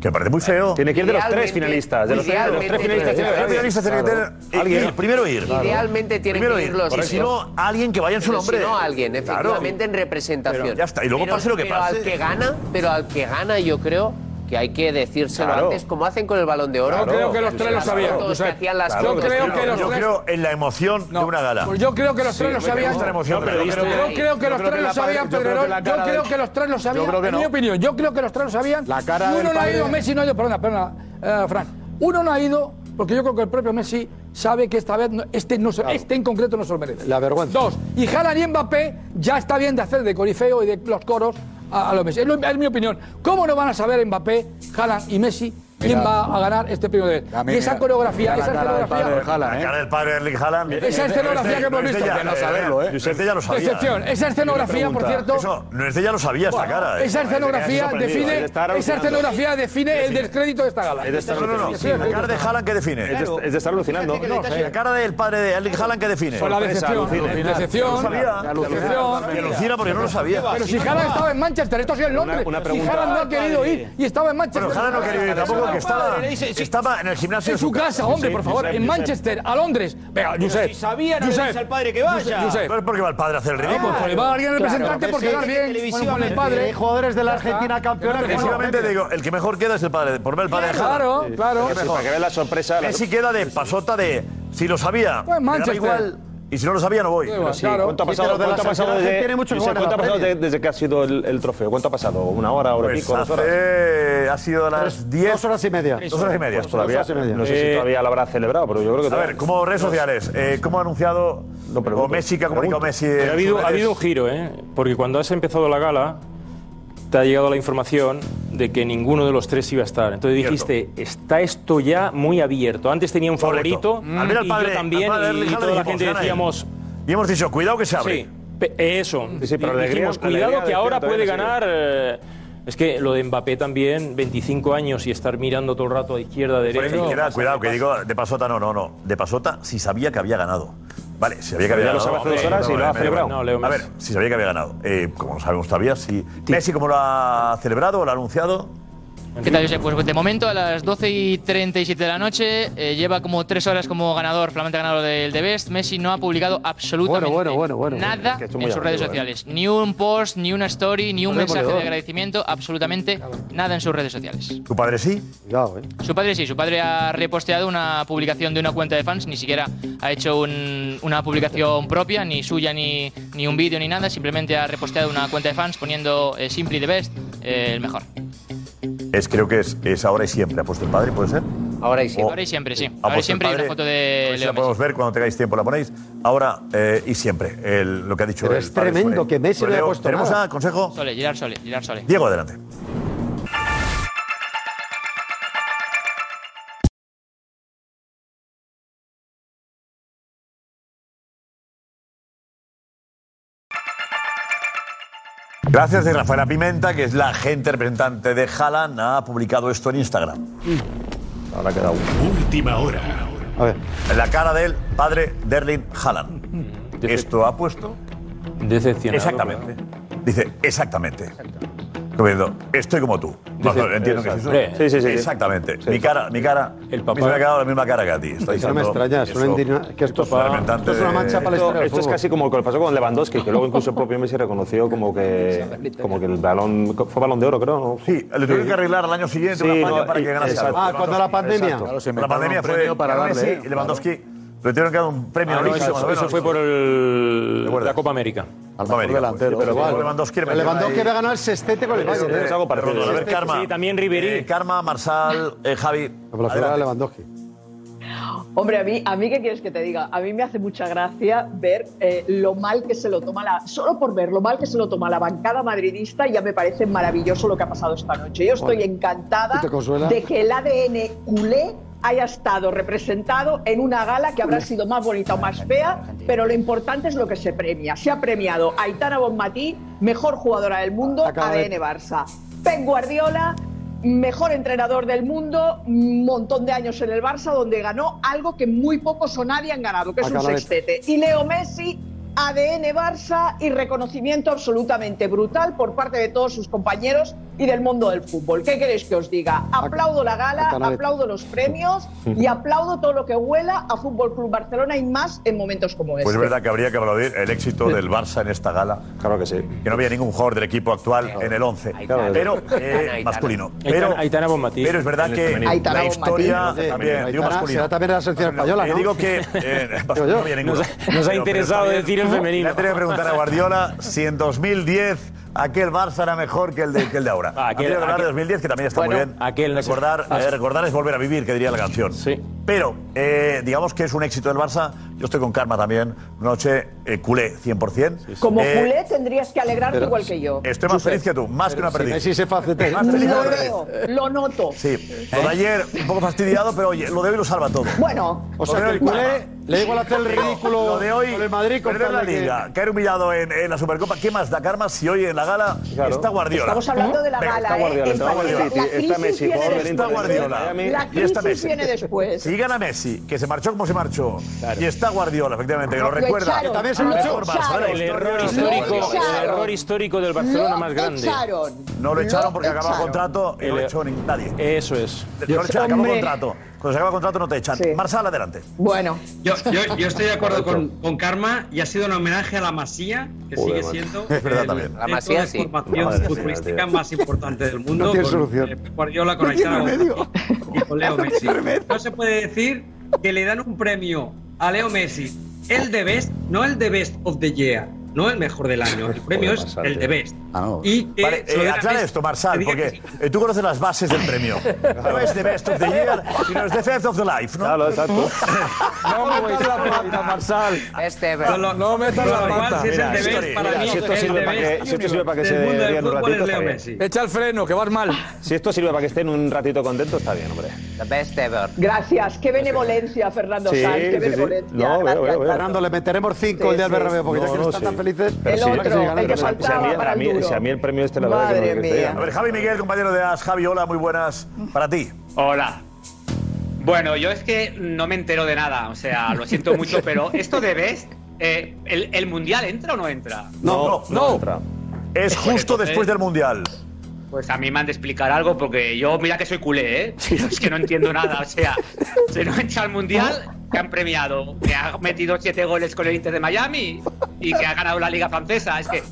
C: Que me parece muy feo.
L: Tiene que ir de los tres finalistas. De los tres, de los tres finalistas.
C: Los tres finalistas tiene que tener...
L: Alguien.
C: ir, Primero ir.
J: Idealmente tienen
C: Primero
J: que ir los
C: Y si no, alguien que vaya en su
J: Pero
C: nombre.
J: Si no, alguien,
C: Claro.
J: efectivamente, en representación.
C: Pero ya está, y luego pase lo que
J: pero
C: pase.
J: Al que gana, pero al que gana, yo creo que hay que decírselo
C: Claro.
J: antes, como hacen con el balón de oro.
C: Yo creo que los
J: Las
C: tres lo sabían,
J: fotos que
C: Josep.
J: hacían las
C: Claro,
J: fotos.
C: creo que los Yo tres- creo en la emoción de una gala.
K: Pues yo creo que los
C: Sí,
K: tres lo
C: me gusta
K: sabían.
C: la emoción
K: Yo
C: de la gala.
K: creo- yo creo que
C: Yo creo
K: los tres
C: que
K: lo
C: la
K: sabían,
C: pa- yo creo
K: Pedrerol.
C: que la
K: Yo
C: cara
K: creo
C: del-
K: que los tres lo sabían.
C: creo que
K: en
C: no.
K: mi opinión, yo creo que los tres lo sabían.
M: La cara
K: Y
M: del
K: uno no ha
M: padre-
K: ido, Messi no ha ido, perdona, perdona, eh, Fran. Uno no ha ido porque yo creo que el propio Messi sabe que esta vez no- este, no se- este en concreto no se lo merece.
G: La vergüenza.
K: Dos, y Haaland y Mbappé ya está bien de hacer de corifeo y de los coros a, a los Messi. Es, lo- es mi opinión. ¿Cómo no van a saber Mbappé, Haaland y Messi quién
M: Mira.
K: va a ganar este premio de ¿eh?
M: A mí,
K: Y esa
M: mira,
K: coreografía,
M: mira la cara
K: esa
M: del
K: escenografía.
M: padre de Haaland,
C: La
M: ¿eh?
C: cara del padre Erling Haaland.
K: Esa escenografía que hemos
C: Este- No es de
K: visto.
C: ella,
K: Que no
C: eh,
K: saberlo, ¿eh?
C: Josep de ella lo sabía.
K: Excepción. Esa escenografía, por cierto-
C: Eso, no es de ella lo sabía esta
K: Bueno,
C: cara. eh.
K: Esa escenografía
C: Parece que se ha
K: define,
C: sorprendido.
K: esa escenografía define el descrédito de esta gala.
C: Es de estar no, no, no. La cara de Haaland que define.
L: Es de, es de estar alucinando.
C: No, la cara del padre de Erling Haaland que define. Pues
K: Con eh. la decepción,
C: Alucina.
K: decepción,
C: No lo sabía.
K: decepción.
C: Y alucina porque no lo sabía.
K: Pero si Haaland estaba en Manchester, esto sí es Londres.
C: una
K: si
C: pregunta.
K: Haaland no ha querido ir y estaba en Manchester.
C: Bueno, Haaland no quería ir tampoco, que estaba, estaba en el gimnasio
K: En su casa, hombre, por favor, en
C: Josep.
K: Manchester, a Londres. Venga,
C: Pero
K: Josep.
C: si sabía, no le
K: Josep,
C: dice al
I: padre que
K: Josep,
I: vaya.
K: Josep.
C: Pero ¿por qué va el padre a hacer el
K: Claro,
C: ridículo?
K: pues le va alguien representante por quedar bien bueno, con el padre.
G: Hay jugadores de la Argentina campeones. que no.
C: Exclusivamente te digo, el que mejor queda es el padre. Por ver el padre de Haaland.
K: Claro,
C: Sí. El
K: claro.
C: que
K: Sí,
C: mejor.
K: para que veas
L: la sorpresa.
C: Messi queda de pasota de si lo sabía.
K: Pues
C: me daba
K: Manchester.
C: igual. Y si no lo sabía, no voy.
L: Pero sí, ¿Cuánto ha pasado, cuánto ha pasado desde, Josep, ¿cuánto ha pasado de- desde que ha sido el, el trofeo? ¿Cuánto ha pasado? ¿Una hora, hora y
C: Pues
L: pico? dos horas? Eh,
C: hace, ha sido a las 10. Dos
G: horas y media.
C: Dos horas y media.
L: Pues todavía, no sé si todavía lo habrá celebrado, pero yo creo que.
C: A ver, como redes sociales, eh, ¿cómo ha anunciado o Messi que ha comunicado Messi? en
H: Pero ha habido,
C: sus
H: ha habido un
C: redes?
H: giro, ¿eh? Porque cuando has empezado la gala, te ha llegado la información de que ninguno de los tres iba a estar. Entonces dijiste, está esto ya muy abierto. Antes tenía un
C: Correcto. Mm.
H: favorito,
C: Al ver al
H: y
C: padre,
H: yo también,
C: al padre
H: y
C: Erling Haaland
H: toda la
C: dijimos,
H: gente
C: "Gana él".
H: decíamos...
C: Y hemos dicho, cuidado que se abre.
H: Sí, pe- eso.
L: sí,
H: Dijimos,
L: pero la alegría- la alegría
H: cuidado
L: de
H: que ahora
L: Cristiano
H: puede
L: todavía
H: ganar... eh, es que lo de Mbappé también, 25 años y estar mirando todo el rato a izquierda, a
C: Pero
H: derecha...
C: cuidado, cuidado, que digo de pasota no, no, no. De pasota si sabía que había ganado. Vale, si sabía que había
L: Pero ya lo
C: ganado.
L: sabe
C: eh,
L: hace dos horas y lo ha
C: Vale,
L: celebrado.
C: vale.
L: No, Leo
C: a
L: Messi.
C: ver, si sabía que había ganado. Eh, como no sabemos todavía, si. Messi, ¿cómo lo ha celebrado o lo ha anunciado?
Q: ¿Qué tal, Josep? Pues de momento a las 12 y 37 de la noche eh, lleva como tres horas como ganador, flamante ganador del The Best. Messi no ha publicado absolutamente
G: Bueno, bueno, bueno, bueno.
Q: nada
G: Es que esto
Q: en
G: es muy
Q: sus redes
G: llamativo, ¿eh?
Q: sociales. Ni un post, ni una story, ni un
G: Perdemos
Q: mensaje
G: de
Q: de
G: oro.
Q: agradecimiento, absolutamente nada en sus redes sociales.
C: ¿Tu padre sí?
G: Cuidado, ¿eh?
Q: Su padre sí, su padre ha reposteado una publicación de una cuenta de fans, ni siquiera ha hecho un- una publicación propia, ni suya, ni, ni un vídeo, ni nada, simplemente ha reposteado una cuenta de fans poniendo eh, Simply the Best, eh, el mejor.
C: Es, creo que es, es ahora y siempre. ¿Ha puesto el padre, puede ser?
J: Ahora y
G: Oh.
C: siempre.
Q: Ahora y siempre, sí.
C: Ah,
Q: Ahora y
C: pues el
Q: siempre hay una
C: padre-
Q: foto de
C: Pues la
Q: Leo Messi.
C: podemos ver cuando tengáis tiempo, la ponéis. Ahora eh, y siempre, el- lo que ha dicho
G: Pero
C: el
G: es
C: padre
G: tremendo
C: sobre-
G: que Messi
C: sobre
G: no haya
C: Leo.
G: puesto
C: ¿Tenemos
G: nada.
C: a consejo?
Q: Sole, Gerard Sole, Gerard Sole.
C: Diego, adelante. Gracias de Rafaela Pimenta, que es la agente representante de Haaland, ha publicado esto en Instagram. Ahora queda uno. Mm. Última hora.
G: A ver.
C: En la cara del padre de Erling Haaland. Esto ha puesto.
H: Decepcionado.
C: Exactamente. Dice, exactamente. Como diciendo, Estoy como tú. Vamos,
H: Dice-
C: entiendo que es eso.
H: Exacto. Sí, sí, sí.
C: Exactamente. Mi cara, mi cara. El
H: papá-
C: Se me ha quedado la misma cara que a ti. Está
G: Que no
C: diciendo
G: me extraña, es una
C: eso.
G: indigna- que esto, es-
C: representante
G: esto es una
C: de-
G: mancha para la
L: Esto-
G: historia del
L: esto es
G: fútbol.
L: casi como lo que pasó con Lewandowski, que luego incluso el propio Messi reconoció como que, [laughs] como que el balón fue balón de oro, creo. ¿no?
C: Sí, le tuvieron que arreglar al año siguiente una
L: Sí,
C: falla
L: no,
C: para
L: y-
C: que ganase
L: exacto.
C: algo.
L: Ah, cuando la pandemia.
C: Exacto.
L: Claro, se
C: la
L: inventaron
C: pandemlia
L: un
C: fue
L: premio para
C: ganó
L: darle,
C: Messi
L: ¿eh?
C: y Lewandowski. Le tuvieron que dar un premio.
H: Ah, no,
C: Olímpico,
H: eso-
C: más o
H: eso
C: menos.
H: fue por el-
C: acuerdas?
H: la Copa América.
C: Al mejor América, delantero.
G: Pero igual.
C: Lewandowski le
G: Pero
C: metió
G: Lewandowski
C: ahí-
G: había ganado el sextete con el Bayern. ¿eh?
C: Perdón, a ver, Karma. Eh, Karma, Marsal, eh, Javi.
G: Era
C: adelante.
G: Lewandowski.
R: Hombre, a mí, a mí, ¿qué quieres que te diga? A mí me hace mucha gracia ver eh, lo mal que se lo toma la. Solo por ver lo mal que se lo toma la bancada madridista, ya me parece maravilloso lo que ha pasado esta noche. Yo estoy
G: Ole.
R: encantada
G: ¿Y te consuela?
R: de que el ADN culé haya estado representado en una gala que habrá sido más bonita o más fea, pero lo importante es lo que se premia. Se ha premiado a Aitana Bonmatí, mejor jugadora del mundo,
G: Acaba de-
R: ADN Barça. Pep Guardiola, mejor entrenador del mundo, un montón de años en el Barça, donde ganó algo que muy pocos o nadie han ganado, que es un
S: Acaba de-
R: sextete. Y Leo Messi, ADN Barça y reconocimiento absolutamente brutal por parte de todos sus compañeros y del mundo del fútbol. ¿Qué queréis que os diga? Aplaudo la gala,
G: Acaba de-
R: aplaudo los premios y aplaudo todo lo que huela a Fútbol Club Barcelona y más en momentos como este.
C: Pues es verdad que habría que aplaudir el éxito del Barça en esta gala.
L: Claro que sí.
C: Que no había ningún jugador del equipo actual en el 11.
H: Claro.
C: Pero, eh,
H: Aitana.
C: masculino.
H: Aitana-
C: Pero,
H: Aitana Bonmatí.
C: pero es verdad
H: En el
C: que
H: femenino. Aitana
C: la
H: Bonmatí.
C: historia
H: Sí,
C: también, digo
H: Aitana
C: masculino.
G: será también la selección española,
C: Eh,
G: ¿no?
C: digo
G: [laughs]
C: que. eh, [laughs]
G: Digo yo.
C: no había ninguno.
G: Nos ha- nos ha
C: Pero- pero
G: interesado
C: está bien.
G: decir el femenino.
C: Le ha tenido que preguntar
G: [laughs]
C: a Guardiola si en 2010 aquel Barça era mejor que el de, que el de ahora.
H: Ah, aquel-
C: Ha tenido que hablar de
H: aquel-
C: 2010, que también está muy
H: Bueno,
C: bien. recordar,
H: Ah,
C: eh,
H: sí.
C: recordar es volver a vivir, que diría la canción. Pero eh, digamos que es un éxito del Barça. Yo estoy con Karma también. Noche eh, culé, 100%.
R: Como
C: Eh,
R: culé tendrías que alegrarte
C: pero-
R: igual que yo.
C: Estoy más feliz que tú, más que una perdiz. Más feliz que
R: Lo
C: una perdiz.
R: veo, lo noto.
C: Sí, lo de ayer un poco fastidiado, pero oye, lo de hoy lo salva todo.
R: Bueno,
G: O sea,
C: Lo
G: que
C: de
G: el
C: hoy-
G: culé le da igual hacer el ridículo
C: Lo de hoy,
G: con el Madrid con
C: perder la
G: tal de que-
C: liga, caer humillado en, en la Supercopa. ¿Qué más da karma si hoy en la gala está Guardiola?
R: Estamos hablando de la
C: Venga,
R: gala,
C: Está
R: ¿eh?
C: Guardiola,
R: El
C: está
R: país-
C: Guardiola.
R: la crisis viene
C: Está
R: después.
C: Guardiola.
R: La
C: y
R: crisis
C: está Messi.
R: viene después.
C: Y gana Messi, que se marchó como se marchó. Y está Guardiola, efectivamente, que lo
R: Lo
C: recuerda.
R: echaron, Que también se lo marchó. echaron.
H: El error histórico, el error histórico del Barcelona más grande.
C: No lo echaron porque acababa
H: echaron.
C: contrato y no lo
H: El- e-
C: echó ni- nadie.
H: Eso es.
C: No lo echaron, acabó
H: Hombre.
C: contrato. Cuando se acaba contrato no te echan. Marsal, adelante.
R: Bueno.
T: Yo, yo- yo estoy de acuerdo con, con Karma y ha sido un homenaje a la Masía, que
C: Joder,
T: sigue
C: macho.
T: siendo
C: Es verdad
T: el
C: también. La
T: centro
C: Masía,
T: de
C: sí.
T: formación
C: Madre mía,
T: futbolística
C: tío.
T: más importante del mundo.
C: No tiene
T: con,
C: solución.
T: eh, Pep Guardiola con
C: No tiene
T: Aitana
C: remedio.
T: Bonmatí y con
C: [laughs]
T: Leo Messi. No se puede decir que le dan un premio a Leo Messi, el de best, no el de best of the year, no el mejor del año.
C: [laughs]
T: El premio es el de best.
L: Ah,
T: Y que
C: Vale,
T: se lo
C: eh,
T: den a
C: aclara
T: Messi,
C: esto,
T: que
C: Marsal,
T: diga que
C: porque eh, tú conoces las bases del premio. No es The Best of the Year, sino es The Theft of the Life, ¿no? Claro, exacto.
T: No metas la pata, Marsal.
J: Este,
T: no metas
K: la pata.
T: Si es el
K: Mira,
T: de
K: sí,
T: best, para
K: mira,
T: mí
K: si
T: es
K: esto
T: el
K: sirve
T: de
K: para
T: best
K: que- si esto
L: sirve para que
T: del
L: se
T: mundo del
L: rían un
T: fútbol
L: ratito,
T: es Leo
L: está bien.
T: Messi.
K: Echa el freno, que vas mal.
L: Si esto sirve para que estén un ratito contentos, está bien, hombre.
J: The best ever.
R: Gracias, qué benevolencia, Fernando
L: Sí,
R: Sanz, qué
L: sí, sí.
R: benevolencia.
L: No, veo,
R: Gracias,
L: veo, veo.
R: Fernando.
G: Fernando, le meteremos cinco el día del
L: Sí, sí.
G: Bernabéu, porque ya
L: No,
G: que no
L: no,
G: están tan
L: sí.
G: felices. pues
L: Pero sí,
C: otro,
L: sí, gana
C: el que
L: Bernabéu. Si a mí-
C: faltaba para
L: a
C: el
L: mí-
C: duro.
L: Si a mí el premio este, [laughs] la verdad que no quiero que te diga.
C: A ver, Javi Miguel, compañero de As. Javi, hola, muy buenas para ti.
U: Hola. Bueno, yo es que no me entero de nada, o sea, lo siento [laughs] mucho, pero esto de Best, eh, el, el Mundial entra o no entra?
C: No, no, no. Es justo
U: entonces-
C: después del Mundial.
U: Pues a mí me han de explicar algo porque yo, mira que soy culé, ¿eh? Pero [laughs] es que no entiendo nada. O sea, se nos echa al mundial, que han premiado, que ha metido siete goles con el Inter de Miami y que ha ganado la Liga Francesa. Es que,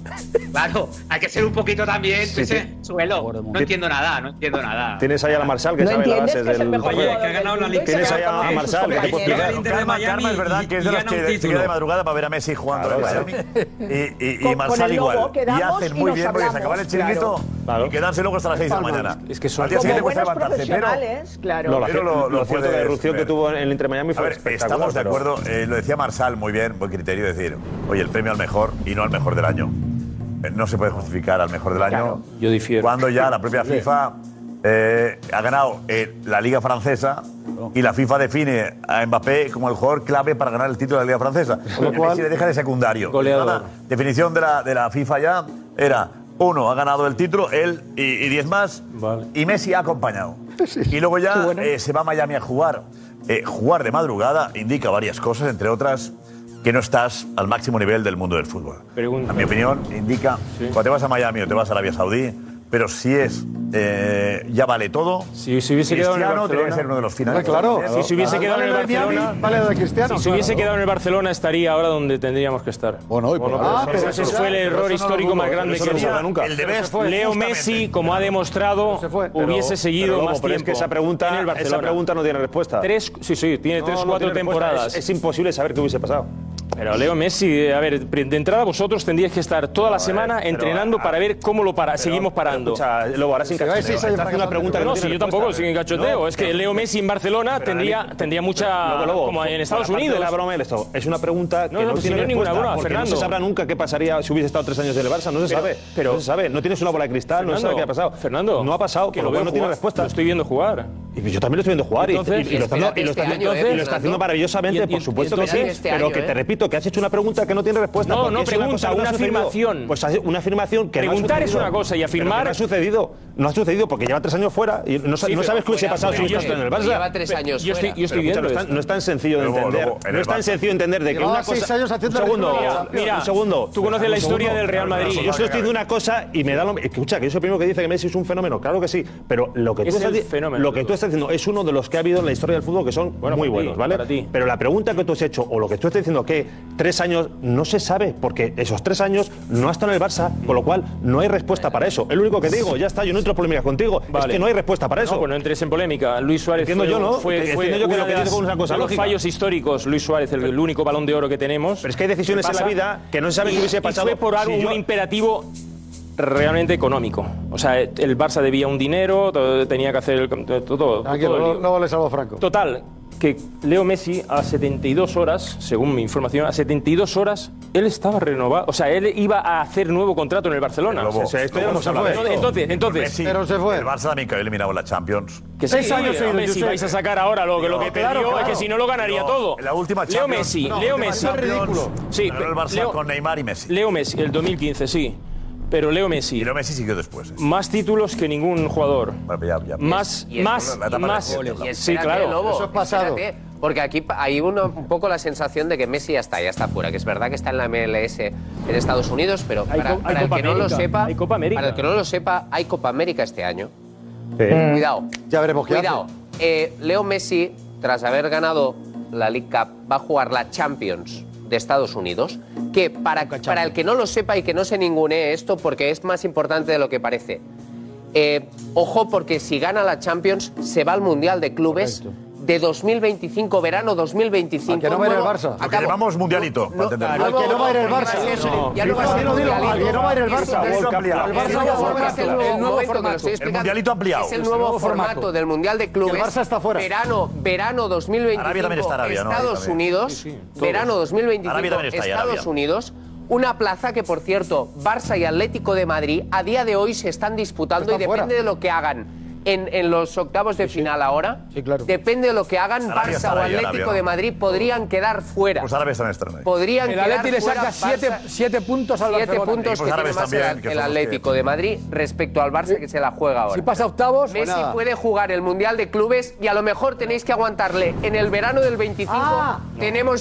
U: claro, hay que ser un poquito también,
L: Sí,
U: ese
L: sí.
U: suelo. No entiendo nada, no entiendo nada.
L: Tienes ahí a la Marsal que
U: No
L: sabe la
U: entiendes
L: base
U: que es el
L: del
U: mejor
L: juego.
U: jugador del mundo y se
L: Tienes ahí
U: acaba
L: a
U: con
L: Marsal que te puede
C: Compañero,
L: explicar.
C: Inter de Karma, Miami Karma es verdad que es de los que se queda de madrugada para ver a Messi jugando
L: Claro,
C: a la
L: claro.
C: Sony. Y, y,
L: Con-
C: y
L: con
C: Marsal
L: el lobo
C: igual. Y
L: quedamos
C: hacen
L: y
C: muy
L: nos
C: bien porque se
L: hablamos,
C: acaba el chiringuito y quedarse luego hasta las 6 de la
L: Palmas.
C: mañana.
L: Es que son-
C: Al día siguiente
L: Como
C: cuesta
L: buenos
C: levantarse. Pero,
R: profesionales, claro.
L: No, la-
C: pero
L: lo cierto
C: puedes
L: de Rucio que
C: ver.
L: tuvo en el Inter Miami fue
C: A ver,
L: espectacular,
C: estamos de
L: pero-
C: acuerdo, eh, lo decía Marsal muy bien, buen criterio, decir, oye, el premio al mejor y no al mejor del año. Eh, No se puede justificar al mejor del año.
H: Yo difiero.
C: Cuando ya la propia FIFA eh, ha ganado eh, la Liga Francesa y la FIFA define a Mbappé como el jugador clave para ganar el título de la Liga Francesa.
G: Con lo
C: Y
G: cual-
C: Messi le deja de secundario.
G: Goleador.
C: La definición de la, de la FIFA ya era uno ha ganado el título, él y, y diez más, y Messi ha acompañado. Y luego ya eh, se va a Miami a jugar. Eh, jugar de madrugada indica varias cosas, entre otras que no estás al máximo nivel del mundo del fútbol. A mi opinión, indica, cuando te vas a Miami o te vas a Arabia Saudí, pero si es, eh, ya vale todo,
H: Si se hubiese quedado en el
C: Cristiano tiene que
H: Barcelona-
C: ser uno de los finalistas.
H: Si se hubiese quedado en el Barcelona, Si se hubiese quedado en el Barcelona, estaría ahora donde tendríamos que estar. Bueno,
L: Ah, pero
H: ese
L: eso-
H: fue el
L: pero
H: error
L: eso no lo
H: histórico
L: dudo,
H: más
L: pero
H: grande
L: eso
H: que
L: no se
H: había.
L: habla nunca.
H: El
L: Pero
H: de
L: se fue,
H: Leo
L: justamente.
H: Messi, como ha demostrado, hubiese seguido
L: Lobo,
H: más
L: pero
H: tiempo.
L: es que esa
H: en
L: pregunta,
H: el Barcelona.
L: esa pregunta no tiene respuesta.
H: Tres, sí, sí, tiene
L: No,
H: tres,
L: no
H: cuatro
L: tiene respuesta.
H: temporadas.
L: Es, es imposible saber qué hubiese pasado.
H: Pero Leo Messi, eh, a ver, de entrada vosotros tendríais que estar toda la semana
L: pero,
H: entrenando
L: ah,
H: para ver cómo lo para, seguimos parando.
L: escucha, Lobo, ahora sin Se va a decir cachondeo. si hay Estás haciendo una pregunta que
H: no,
L: no
H: si
L: tiene
H: yo tampoco,
L: respuesta. ¿eh?
H: sin cachondeo.
L: No,
H: es que
L: pero-
H: Leo Messi en Barcelona
L: Pero,
H: tendría,
L: Dani,
H: tendría mucha.
L: Lobo, Lobo,
H: como en
L: fuera,
H: Estados
L: aparte de
H: Unidos.
L: la broma del esto, es una pregunta que
H: No,
L: no,
H: no, si
L: tiene
H: no es ninguna
L: respuesta,
H: broma,
L: porque
H: Fernando.
L: No se sabrá nunca qué pasaría si hubiese estado tres años en el Barça. No
H: Pero-
L: se sabe.
H: pero-
L: no se sabe. No tienes una bola de cristal, no se sabe
H: Fernando,
L: qué ha pasado.
H: Fernando,
L: No ha pasado,
H: que
L: por
H: lo
L: lo cual
H: veo
L: no tiene
H: jugar,
L: respuesta.
H: lo estoy viendo jugar.
L: Y yo también lo estoy viendo jugar y-
H: Entonces,
L: y, y lo está haciendo- y lo está
H: espérate este
L: haciendo-
H: año, ¿eh,
L: y lo está
H: Fernando?
L: haciendo maravillosamente,
H: Y- y-
L: por supuesto que sí,
H: entonces, este
L: pero
H: año,
L: que
H: ¿eh?
L: te repito que has hecho una pregunta que no tiene respuesta.
H: No,
L: porque
H: no
L: es una
H: pregunta,
L: cosa que no
H: una
L: ha sucedido.
H: afirmación.
L: Pues ha sido una afirmación que no ha
H: Preguntar es
L: sucedido.
H: una cosa y
L: Pero que
H: afirmar-
L: no ha sucedido, no ha sucedido porque lleva tres años fuera y no, sa-
H: Sí,
L: no
H: pero
L: sabes qué hubiese
H: fuera,
L: pasado si
H: pero
L: hubiese
H: yo
L: estado en el
H: estoy-
L: Barça.
H: lleva tres años
L: Yo estoy,
H: fuera.
L: yo estoy
H: Pero,
L: viendo
H: escucha,
L: no es tan- no es tan sencillo de
H: Luego,
L: entender.
H: luego, en
L: No
H: el
L: es tan
H: Barça.
L: sencillo de entender de que
H: Llevaba
L: una cosa.
H: seis años haciendo
L: un segundo,
H: recorrido, mira,
L: un segundo.
H: tú conoces la historia del Real Madrid.
L: Yo estoy diciendo una cosa y me da lo escucha, que yo soy el primero que dice que Messi es un fenómeno, claro que sí, pero lo que tú
H: Es
L: estás
H: el
L: di-
H: fenómeno.
L: lo que tú estás diciendo es uno de los que ha habido en la historia del fútbol que son muy
H: para ti,
L: buenos, ¿vale?
H: para ti.
L: Pero la pregunta que tú has hecho, o lo que tú estás diciendo, que tres años no se sabe, porque esos tres años no ha estado en el Barça, con lo cual no hay respuesta para eso. Es lo único que digo, ya está, yo no entro en polémicas contigo,
H: Vale.
L: es que no hay respuesta para eso.
H: No, pues no entres en polémica. Luis Suárez
L: Entiendo
H: fue,
L: yo, ¿no?
H: fue,
L: Entiendo
H: fue
L: yo que
H: una
L: lo que
H: de
L: dices
H: las-
L: es una cosa
H: de los
L: lógica.
H: fallos históricos. Luis Suárez, el, el único balón de oro que tenemos. Pero
L: es que hay decisiones en la vida que no se sabe qué hubiese pasado
H: fue por
L: si
H: algo,
L: yo-
H: un imperativo realmente económico. O sea, el Barça debía un dinero, todo- tenía que hacer el, todo, todo
L: Ah,
H: el
G: Tranquilo,
H: lío.
G: luego- luego le salvo a Franco.
H: Total, que Leo Messi a 72 horas, según mi información, a 72 horas él estaba renovado, o sea, él iba a hacer nuevo contrato en el Barcelona.
C: Lobo,
H: O sea, esto ya
C: Lobo,
H: hemos hablado.
C: se fue.
H: Entonces, entonces,
C: Messi, El Barça también quedó eliminado en la Champions.
H: Que sí, Seis años seguidos, Messi, yo sé. vais a sacar ahora lo que- lo que perdió, es que si no lo ganaría todo.
C: La última
H: Leo
C: Champions.
H: Messi,
C: la
H: Leo
C: última
H: Messi.
C: Champions,
H: Ridículo. Sí,
C: ganó el Barça
H: Leo-
C: con Neymar y Messi.
H: Leo Messi, el 2015, sí. Pero Leo Messi.
C: Leo Messi siguió después. ¿eh?
H: Más títulos que ningún jugador. Más,
J: Y es-
H: más,
J: y
H: más.
J: y
H: Sí,
J: espérate,
H: claro.
J: Lobo, espérate, porque aquí pa- hay uno- un poco la sensación de que Messi ya está, ya está fuera, que es verdad que está en la MLS en Estados Unidos, pero
H: Hay
J: para,
H: co- hay
J: para el
H: Copa
J: que no lo
H: América,
J: sepa,
H: hay Copa América.
J: para el que no lo sepa, hay Copa América este año.
C: Mm.
L: Eh,
J: Cuidado.
G: Mm. Ya veremos qué
J: Cuidado. Eh, Leo Messi, tras haber ganado la League Cup, va a jugar la Champions de Estados Unidos, que para, para el que no lo sepa y que no se ningunee esto, porque es más importante de lo que parece. Eh, ojo, porque si gana la Champions, se va al Mundial de Clubes de 2025, verano 2025.
G: Al que no va a ir el Barça. Al que
C: llamamos Mundialito, para entenderlo.
G: Al que no va a ir el Barça.
J: Ya no va a ser
G: Dilo, dilo,
J: Mundialito.
G: al que no va a ir el Barça.
J: Es un
G: Al
J: ampliado.
G: Barça
J: Es
G: va a
J: nuevo
G: jugar el
J: formato, el nuevo
G: nuevo
J: momento que lo
G: formato.
J: estoy
G: El
J: explicando.
G: Mundialito ampliado.
J: Es el
G: El
J: nuevo
G: nuevo
J: formato
G: formato.
J: del Mundial de Clubes.
G: El Barça está fuera.
J: Verano, verano 2025.
G: Arabia también está, Arabia, ¿no? Ahí
J: Estados
G: también.
J: Unidos.
G: Sí, sí, todos.
J: verano 2025.
G: Arabia también está ahí,
J: Estados
G: Arabia.
J: Unidos. Una plaza que, por cierto, Barça y Atlético de Madrid a día de hoy se están disputando
G: Están
J: y depende
G: fuera.
J: de lo que hagan. en, en los octavos de final ahora. Depende de lo que hagan
C: Arabia
J: Barça
C: está
J: o
C: ahí,
J: Atlético
C: Arabia.
J: de Madrid, podrían quedar fuera.
G: Pues
C: Los árabes también están ahí.
J: Podrían
K: El
J: quedar
K: Atleti le
J: fuera
K: saca siete-
J: Barça-
K: siete puntos al
J: siete
K: Barcelona.
J: puntos
K: Equipos
J: que tiene
K: árabes
J: más
K: pues también,
J: el,
K: que son
J: el
K: los que-
J: Atlético de Madrid respecto al Barça que se la juega ahora.
K: Si pasa octavos, pues
J: Messi
K: nada.
J: puede jugar el Mundial de Clubes y a lo mejor tenéis que aguantarle. En el verano del 25
K: Ah.
J: tenemos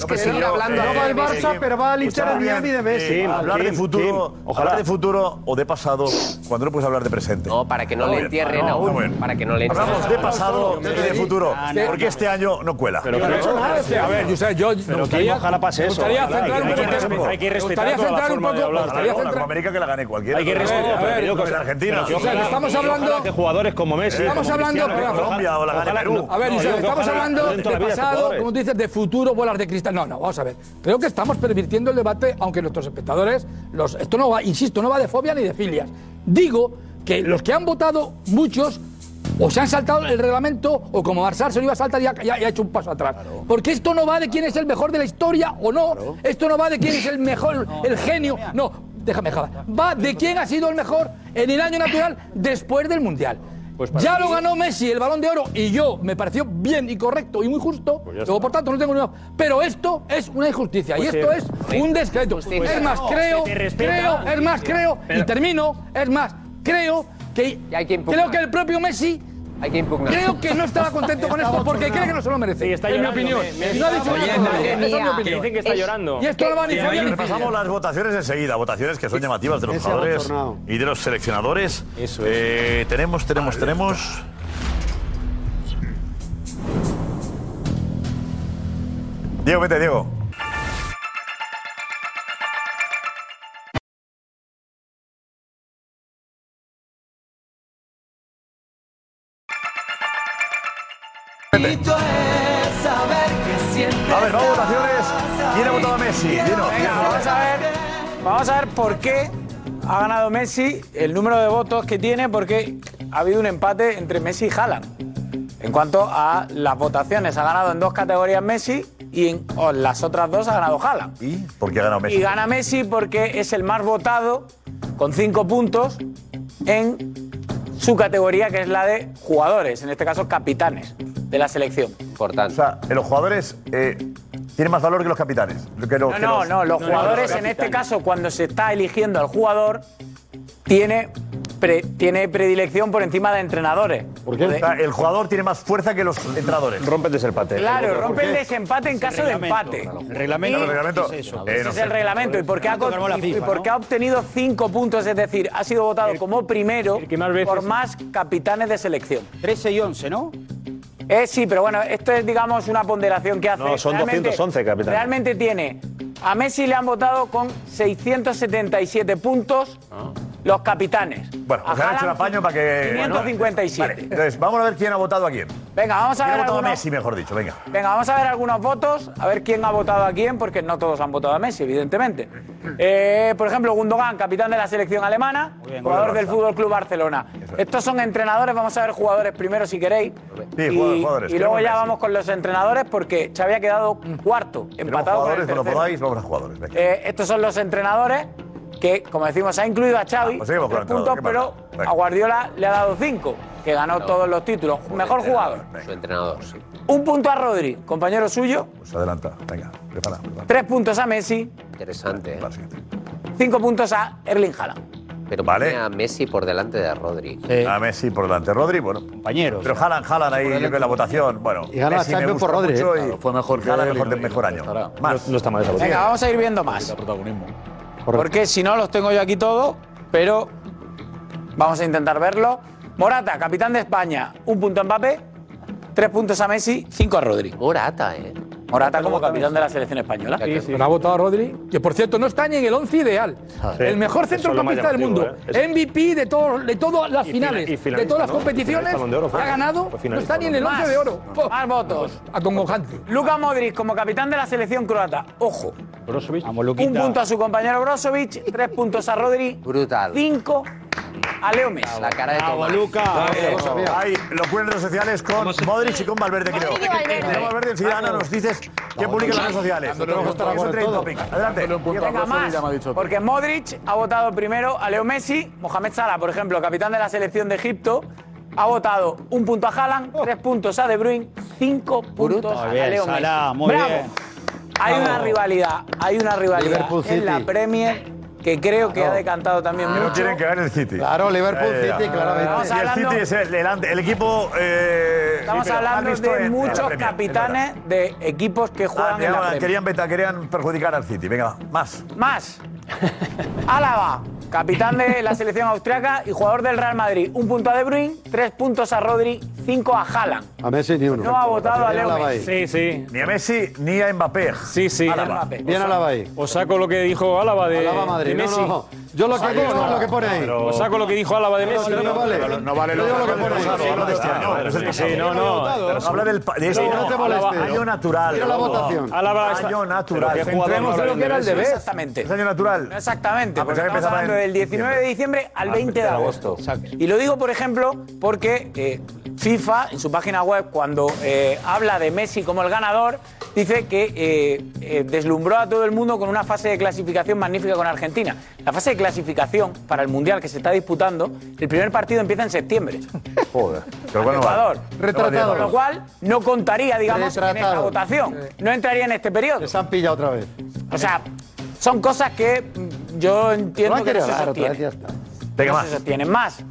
K: pues
J: Pues que
C: pues
J: seguir
C: eh,
K: eh,
J: hablando
G: No
J: ahora
G: va
J: de
G: el
J: Messi.
G: Barça, pero va a linchar al
C: Escuchadme,
G: Miami de Messi.
C: eh, Pues hablar de futuro,
G: ojalá.
C: hablar de futuro o de pasado cuando no puedes hablar de presente. No,
J: para que no le entierren aún, para que no le entierren.
C: Hablamos de pasado y de futuro,
J: Ah, no,
C: porque este año no cuela.
K: Yo no he hecho nada este año. A ver, yo sé, yo me
C: Pero que
K: gustaría-
C: ojalá pase
K: me
C: eso,
K: gustaría
C: ojalá,
K: centrar
C: que
K: un
C: hay que
K: poco-
C: respetar-
K: hay que
C: me
K: respetar
C: gustaría
K: toda la
C: centrar un
K: forma de
C: poco-
K: hablar.
C: ojalá,
K: Gustaría
C: ojalá,
K: centrar-
C: Copa América que la gane cualquiera.
L: Hay que respetar,
C: Pero
L: pero yo
C: no
L: creo
C: es
L: que-
C: Argentina.
L: pero que ojalá-
K: estamos hablando-
L: ojalá que jugadores como Messi,
K: Estamos
L: como
K: hablando,
L: Cristiano,
K: pero-
L: que
C: Colombia o la gane
L: ojalá-
C: Perú.
K: A ver,
L: No,
K: Isabel,
L: yo creo que
K: estamos
L: ojalá
K: hablando
L: dentro
K: de
L: la vida de
K: pasado,
L: jugadores.
K: como tú dices, de futuro, bolas de cristal. No, no, vamos a ver. Creo que estamos pervirtiendo el debate, aunque nuestros espectadores, los, esto no va, insisto, no va de fobia ni de filias. Digo que los que han votado, muchos, o se han saltado el reglamento, o como Marsal se lo iba a saltar y ha, y ha- y ha hecho un paso atrás. Porque esto no va de quién es el mejor de la historia o no. Esto no va de quién es el mejor, el genio. No, déjame, joder. Va de quién ha sido el mejor en el año natural después del Mundial
J: Pues
K: ya lo ganó Messi el balón de oro y yo me pareció bien y correcto y muy justo. Luego, por tanto, no tengo ninguna. Pero esto es una injusticia
J: Pues
K: y esto
J: sí. Pues
K: es un descrédito.
J: Justicia.
K: es más,
J: No,
K: creo,
J: se te respeta.
K: creo, es más, creo, y
J: Pero-
K: termino, es más, creo que, creo que el propio Messi.
J: Hay que impugnar.
K: Creo que no estaba contento con esto porque cree que no se lo merece.
H: Sí, está
K: es mi
H: llorando,
K: opinión.
H: me- me-
K: no ha dicho
H: Oye,
K: nada todavía.
H: madre
K: Esa es mi
H: mía.
K: opinión.
H: Que dicen que está llorando.
K: Y esto no va ni
C: Que-
K: fobia ni
C: Repasamos las votaciones enseguida, votaciones que son llamativas de los
K: Ese
C: jugadores
K: abochornado.
C: y de los seleccionadores. Eh, tenemos, tenemos, tenemos. Diego, vete, Diego.
S: A ver, vamos votaciones. ¿Quién ha votado a Messi? Venga, vamos a ver. Vamos a ver por qué ha ganado Messi, el número de votos que tiene, porque ha habido un empate entre Messi y Haaland. En cuanto a las votaciones, ha ganado en dos categorías Messi y en o en las otras dos ha ganado Haaland.
C: ¿Y por qué ha ganado Messi?
S: Y gana Messi porque es el más votado, con cinco puntos, en su categoría, que es la de jugadores, en este caso capitanes de la selección.
C: O sea, eh, los jugadores eh, tienen más valor que los capitanes. que los-
S: No,
C: que
S: no,
C: los-
S: no, los jugadores en este caso, cuando se está eligiendo al jugador, tiene, pre- tiene predilección por encima de entrenadores.
C: ¿Por qué? O sea, el jugador tiene más fuerza que los entrenadores. Rompen desempate.
S: Claro, rompe el desempate en caso de empate.
C: El reglamento.
S: Y-
C: El reglamento. Eh,
S: Ese
C: no
S: es
C: sé.
S: el reglamento. ¿Y porque, ha,
C: Reglamento que armó la
S: y- y
C: FIFA,
S: porque ha obtenido cinco puntos? Es decir, ha sido votado como primero por más capitanes de selección.
I: 13 y 11, ¿no?
S: Eh, sí, pero bueno, esto es, digamos, una ponderación que hace.
L: No, son 211 capitanes.
S: Realmente tiene. A Messi le han votado con 677 puntos
C: Ah.
S: los capitanes.
C: Bueno,
S: A
C: os han hecho un
S: Haaland,
C: apaño para que.
S: 557.
C: Vale, entonces, vamos a ver quién ha votado a quién.
S: Venga, vamos a
C: ¿Quién ha
S: ver.
C: votado a
S: algunos-
C: Messi, mejor dicho? Venga.
S: Venga, vamos a ver algunos votos, a ver quién ha votado a quién, porque no todos han votado a Messi, evidentemente. Eh, por ejemplo, Gundogan, capitán de la selección alemana,
C: bien,
S: jugador
C: gol
S: del Fútbol Club Barcelona. Estos son entrenadores, vamos a ver jugadores primero si queréis.
C: Sí,
S: y,
C: jugadores, jugadores.
S: y luego
C: Queremos Messi.
S: ya
C: Mm.
S: vamos con los entrenadores, porque se había quedado cuarto,
C: Tenemos
S: empatado con el
C: jugadores, cuando
S: tercero.
C: podáis, vamos a jugadores. Venga.
S: Eh, estos son los entrenadores que, como decimos, ha incluido a Xavi
C: pues seguimos con
S: tres
C: el
S: puntos,
C: entrenador,
S: pero
C: ¿qué más da? Venga.
S: a Guardiola le ha dado cinco, que ganó todos los títulos. Mejor jugador.
J: Su entrenador, sí.
S: Un punto a Rodri, compañero suyo.
C: Pues adelanta, venga, prepara. prepara.
S: Tres puntos a Messi,
J: Interesante, ¿eh?
S: cinco puntos a Erling Haaland.
J: Pero pone a Messi por delante de Rodri.
C: A Messi por delante, Rodri, bueno. Compañeros. Pero jalan, jalan ahí, yo creo que la votación, bueno.
G: Y gana la
C: Messi me
G: Champions por
C: gustó
G: Rodri,
C: mucho
G: ¿eh?
C: y
G: Claro, fue mejor que
C: Haaland
G: él y
C: mejor, de-
G: no-
C: mejor año. Más.
L: No, no está mal esa
S: Venga,
L: votación.
S: vamos a ir viendo más. Porque si no, los tengo yo aquí todos, pero vamos a intentar verlo. Morata, capitán de España, un punto a Mbappé, tres puntos a Messi, cinco a Rodri.
J: Morata, ¿eh?
S: Morata como capitán de la selección española.
K: Pero ha votado a Rodri, que por cierto no está ni en el 11 ideal.
S: Sí,
K: el mejor
S: Ah. eso es lo
K: centrocampista
S: más
K: del
S: llamativo,
K: mundo.
S: ¿eh? Eso-
K: MVP de, todo- de todas las
S: Y fina-
K: finales,
S: y finalista,
K: de todas las
S: ¿no?
K: competiciones.
S: Finalista Balón de Oro fue.
K: ha ganado,
S: Fue
K: no
S: finalista
K: está ni en el
S: Balón
K: 11 de
S: de Oro.
K: oro. Po-
S: Más votos.
K: Acongojante.
S: Luka Modric como capitán de la selección croata. Ojo. Un punto a su compañero Brozovic, tres puntos a Rodri,
J: Brutal.
S: cinco a Leo Messi.
J: La cara de
C: Ah,
S: Bravo,
J: Tomás.
S: Luca.
C: Vale, Hay locura en redes sociales con Modric y con Valverde, creo.
N: Modric y Valverde.
C: Tenemos a Valverde, Ciudadano, nos dices que publique en las redes sociales. Eso trae el topic. Adelante.
S: Venga, más, porque Modric ha votado primero a Leo Messi, Mohamed Salah, por ejemplo, capitán de la selección de Egipto, ha votado un punto a Haaland,
C: Oh.
S: tres puntos a De Bruyne, cinco puntos
I: Muy
S: a
I: bien,
S: Leo Messi.
I: Salah, muy
S: ¡Bravo!
I: bien.
S: Hay
I: Bravo.
S: una rivalidad, hay una rivalidad
I: Liverpool
S: en la
I: City.
S: Premier que creo que ha decantado también
C: Que
S: mucho.
C: Ah, No quieren que gane el City.
S: Claro, Liverpool, City, claramente. Estamos
C: Y el
S: hablando-
C: City es el, el- el equipo. eh,
S: Estamos
C: más
S: hablando
C: listo en-
S: de
C: en la
S: muchos
C: Premier,
S: capitanes de equipos que
C: es verdad. Ah,
S: juegan en la
C: querían-
S: Premier.
C: querían, beta- querían perjudicar al City. Venga, más.
S: Más. Álava, capitán de la selección austriaca y jugador del Real Madrid. Un punto a De Bruyne, tres puntos a Rodri, cinco a Haaland.
G: A Messi ni uno.
S: No ha votado a Leo
G: Alaba ahí.
S: Messi.
H: sí.
C: Ni a Messi ni a Mbappé.
H: Sí, sí.
C: Álava.
G: Bien Álava ahí.
H: Os saco lo que dijo Álava de,
G: Álava Madrid.
H: de
G: No,
H: Messi.
G: no. Yo lo que
H: Os saco-
G: digo es lo que pone ahí.
H: Os saco lo que dijo Álava de
G: No,
H: Messi.
G: no, no vale.
C: No vale
G: Yo digo lo
C: lo que
G: que pone ahí.
H: Sí, no, no.
C: Pero Habla del pa- de
H: Sí,
C: este
H: no te molestes.
C: año natural.
H: Mira la votación. Álava está-
C: año natural.
H: Pero qué jugador
C: Centremos
H: no
C: en
H: habla
C: lo que era el de
H: inglés.
C: Best.
S: Exactamente.
C: Es año natural.
S: Exactamente,
C: Ah,
S: porque
C: pensaba que
S: estamos
C: empezaba
S: hablando
C: en
S: del 19 de diciembre
H: Ah,
S: al 20 de agosto. Y lo digo, por ejemplo, porque eh, FIFA, en su página web, cuando eh, habla de Messi como el ganador, dice que eh, eh, deslumbró a todo el mundo con una fase de clasificación magnífica con Argentina. La fase de clasificación para el Mundial que se está disputando, el primer partido empieza en septiembre.
C: Joder. Pero
S: Al
C: bueno, vale.
S: Ecuador.
G: Retratado.
S: Con lo cual, no contaría, digamos, en esta
G: Retratado.
S: votación. No entraría en este periodo.
G: Se han pillado otra vez.
S: O sea, son cosas que mm, yo
G: Lo
S: entiendo
G: han
S: que no
G: querido
S: se
G: dar otra vez, ya
S: sostienen.
G: está.
S: No se sostienen más.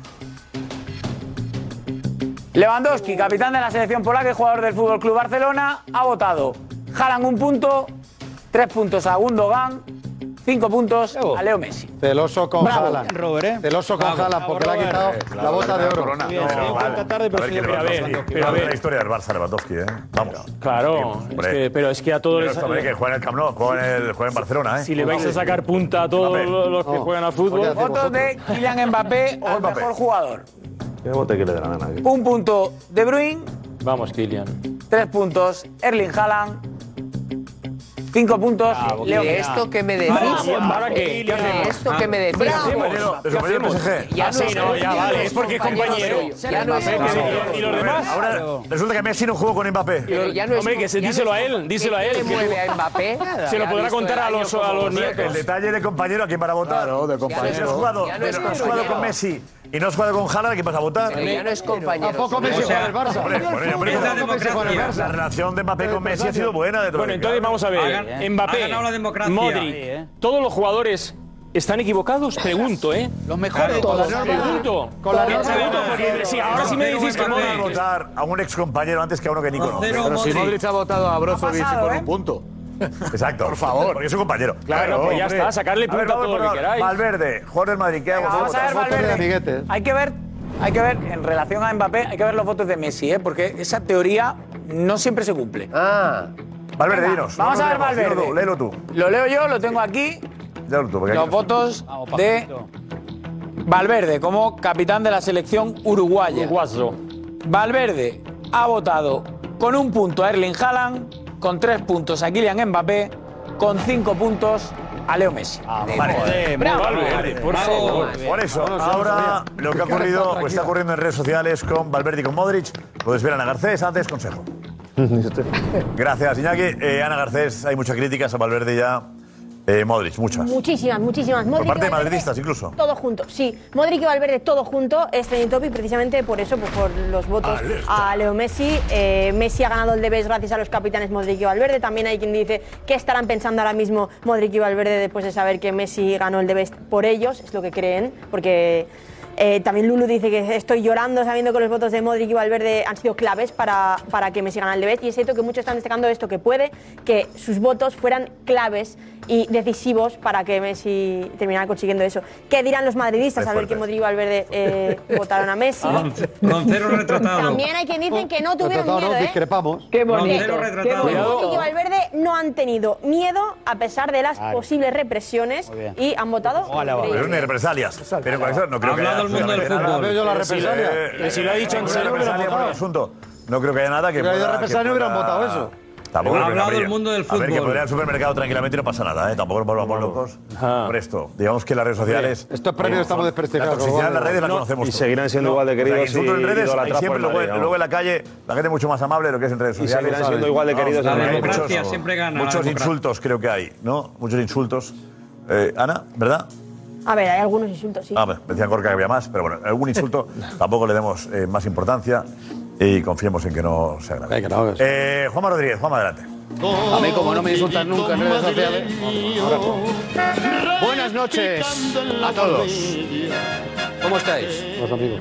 S: Lewandowski, capitán de la selección polaca y jugador del Fútbol Club Barcelona, ha votado. Jalan un punto, tres puntos a Gundogan, cinco puntos a Leo Messi.
G: Celoso con
S: Bravo,
G: Haaland.
S: Robert, ¿eh?
G: Celoso con
S: Bravo,
G: Haalan porque le ha
S: bravo,
G: quitado
S: Robert.
G: la bota de oro.
C: Corona. No, vale. A ver, que Lewandowski.
H: pero a
C: Vamos a
H: ver.
C: la historia del Barça Lewandowski, ¿eh? Vamos.
H: Claro, es que- pero es que a todos
C: Pero
H: les-
C: esto, hombre, que juega en el Camp Nou, juega en, el, juega en Barcelona, ¿eh?
H: Si le vais a sacar punta a todos
C: Mbappé. Oh.
H: los que
C: No.
H: juegan al fútbol.
S: Votos de
C: [laughs]
S: Kylian Mbappé o el mejor jugador.
L: ¿Qué bote que le dé la gana? ¿eh? aquí?
S: Un punto De Bruyne,
H: Vamos, Kylian.
S: tres puntos Erling Haaland, cinco puntos
J: ¿Y
S: Leo
J: de
S: Messi.
J: esto que me decís?
H: ¿Ahora qué?
J: ¿Y de esto que me decís?
C: ¿Qué hacemos?
J: Ya
H: Ah, sí,
J: no es
H: no, ya
J: compañero
H: vale. Es porque es compañero.
J: suyo. Ya no es
H: Mbappé, que-
J: compañero.
H: ¿Y los demás?
C: Ahora resulta que Messi no jugó con Mbappé.
J: Pero ya no es-
H: Hombre, que se-
J: ya no
H: díselo
J: es
H: a él,
J: compa-
H: díselo a
J: ¿qué
H: él,
J: le
H: que-
J: mueve a Mbappé?
H: Se lo
J: Ya
H: podrá
J: ha visto
H: contar
J: el
H: a
J: año
H: los-
J: como
H: a los
J: vosotros.
C: El detalle de compañero, ¿a quién van a votar? Claro, de
J: compañero.
C: Si has jugado,
J: Ya no es
C: pero has jugado
J: compañero.
C: con Messi y no has jugado con Haaland, ¿a quién vas a votar?
J: Pero ya no es compañero.
G: Tampoco Messi
C: O sea,
G: juega en el Barça.
C: hombre, hombre, hombre,
G: Es la
C: tampoco Messi juega en el
G: democracia.
C: Barça. La relación de Mbappé con Messi ha sido buena. De todo
H: Bueno, entonces vamos a ver.
C: Hagan-
H: Mbappé,
C: ha ganado la democracia.
H: Modric,
C: Sí, ¿eh?
H: ¿todos los jugadores están equivocados? Pregunto, ¿eh? Los
C: mejores.
H: Todos.
C: Con la norma.
H: Pregunto.
C: Con la norma.
H: Pregunto, porque si ahora sí me decís que
C: voy a
H: Modric…
C: votar a un excompañero antes que a uno que ni conoce.
M: Pero si Modric ha votado a Brozovic
C: pasado,
M: por
C: ¿eh?
M: un punto.
C: Exacto. Por favor. Porque es un compañero.
M: Claro,
H: pues ya
C: hombre.
H: está, sacarle
C: ver,
H: punta a
C: vamos
H: todo
C: por
H: lo
C: favor.
H: que queráis.
C: Valverde, Jorge del Madrid, ¿qué hago?
S: Venga, vamos a ver, Valverde. Hay que ver, hay que ver, en relación a Mbappé, hay que ver los votos de Messi, ¿eh? porque esa teoría no siempre se cumple.
J: Ah.
C: Valverde,
S: Venga,
C: dinos.
S: Vamos
C: No nos
S: a ver,
C: liamos. Léelo
S: Valverde.
C: tú, Léelo tú.
S: Lo leo yo, lo tengo aquí.
C: Léelo tú. porque aquí
S: Los
C: no-
S: votos
C: Ah,
S: de Valverde como capitán de la selección uruguaya. Valverde ha votado con un punto a Erling Haaland, con tres puntos a Kylian Mbappé, con cinco puntos a Leo Messi.
C: Ah, Vale.
S: Bravo.
C: Valverde, por
S: Bravo.
C: favor. Por eso, ahora lo que ha ocurrido o está ocurriendo en redes sociales con Valverde y con Modric, lo desvelan a Garcés. Antes, consejo. Gracias, Iñaki. Eh, Ana Garcés, hay muchas críticas a Valverde ya. Eh, Modric, muchas.
D: Muchísimas, muchísimas.
C: Por
D: Modric y
C: parte de
D: Valverde,
C: madridistas, incluso.
D: Todo junto, sí. Modric y Valverde todo junto es trending topic precisamente por eso, pues, por los votos
C: Alerta.
D: a Leo Messi. Eh, Messi ha ganado el debes gracias a los capitanes Modric y Valverde. También hay quien dice que estarán pensando ahora mismo Modric y Valverde después de saber que Messi ganó el debes por ellos, es lo que creen, porque eh, también Lulu dice que estoy llorando sabiendo que los votos de Modric y Valverde han sido claves para, para que Messi ganara el debes. Y es cierto que muchos están destacando esto, que puede que sus votos fueran claves y decisivos para que Messi terminara consiguiendo eso. ¿Qué dirán los madridistas
T: Qué
D: al ver que
T: fuerte. Ah.
D: Modric y Valverde
T: [laughs]
D: eh, votaron a Messi?
C: Ah.
T: Con- Con cero retratado.
D: También hay quien dicen que no tuvieron
G: Retratado,
D: miedo,
G: no,
D: ¿eh?
G: discrepamos.
D: Qué
T: bonito, Roncero retratado. qué bonito.
D: Modric y Valverde no han tenido miedo a pesar de las
C: Claro.
D: posibles represiones
C: Muy bien.
D: y han votado.
C: Pero ni represalias. Pero con eso no creo
G: Ha
C: que haya
G: hablado el mundo del
C: absolutamente
G: fútbol.
C: nada.
G: Veo yo la
C: Pero si
G: represalia.
C: le-
G: Pero si lo ha dicho en
C: ninguna
G: serio,
C: represalia
G: hubieran
C: por el
G: votado.
C: asunto. No creo que haya nada que
G: Si hubiera habido
C: pueda- que
G: represalia, hubieran
C: pueda-
G: votado eso.
C: Tampoco
G: Ha
C: creo que
G: hablado
C: habría.
G: el mundo del
C: A ver, que
G: fútbol.
C: podría ir al supermercado tranquilamente y no pasa nada, ¿eh? Tampoco nos volvamos locos por esto. Digamos que las redes sociales... eh,
G: estos premios estamos desprestigiados,
C: La toxicidad en las redes la
L: No,
C: conocemos
L: y
C: todos.
L: seguirán siendo igual de
C: que
L: queridos
C: insultos
L: y
C: en redes,
L: idolatrados
C: hay
L: por
C: siempre, luego,
L: Madrid, vamos.
C: luego en la calle, la gente es mucho más amable de lo que es en redes
L: Y
C: sociales.
L: seguirán siendo igual de queridos
C: la
L: en redes.
C: democracia
L: Muchos-
C: Muchos insultos creo que hay, ¿no? Muchos insultos. Eh, Ana, ¿verdad?
D: A ver, hay algunos insultos, sí.
C: A ver, decía Gorka que había más, pero bueno,
I: [laughs]
C: algún insulto tampoco le demos eh, más importancia y confiemos en que no se agrave. Eh, Juanma Rodríguez, Juanma, adelante.
I: A mí como no me insultan nunca en redes sociales. Buenas noches a todos. ¿Cómo estáis?
G: Los amigos.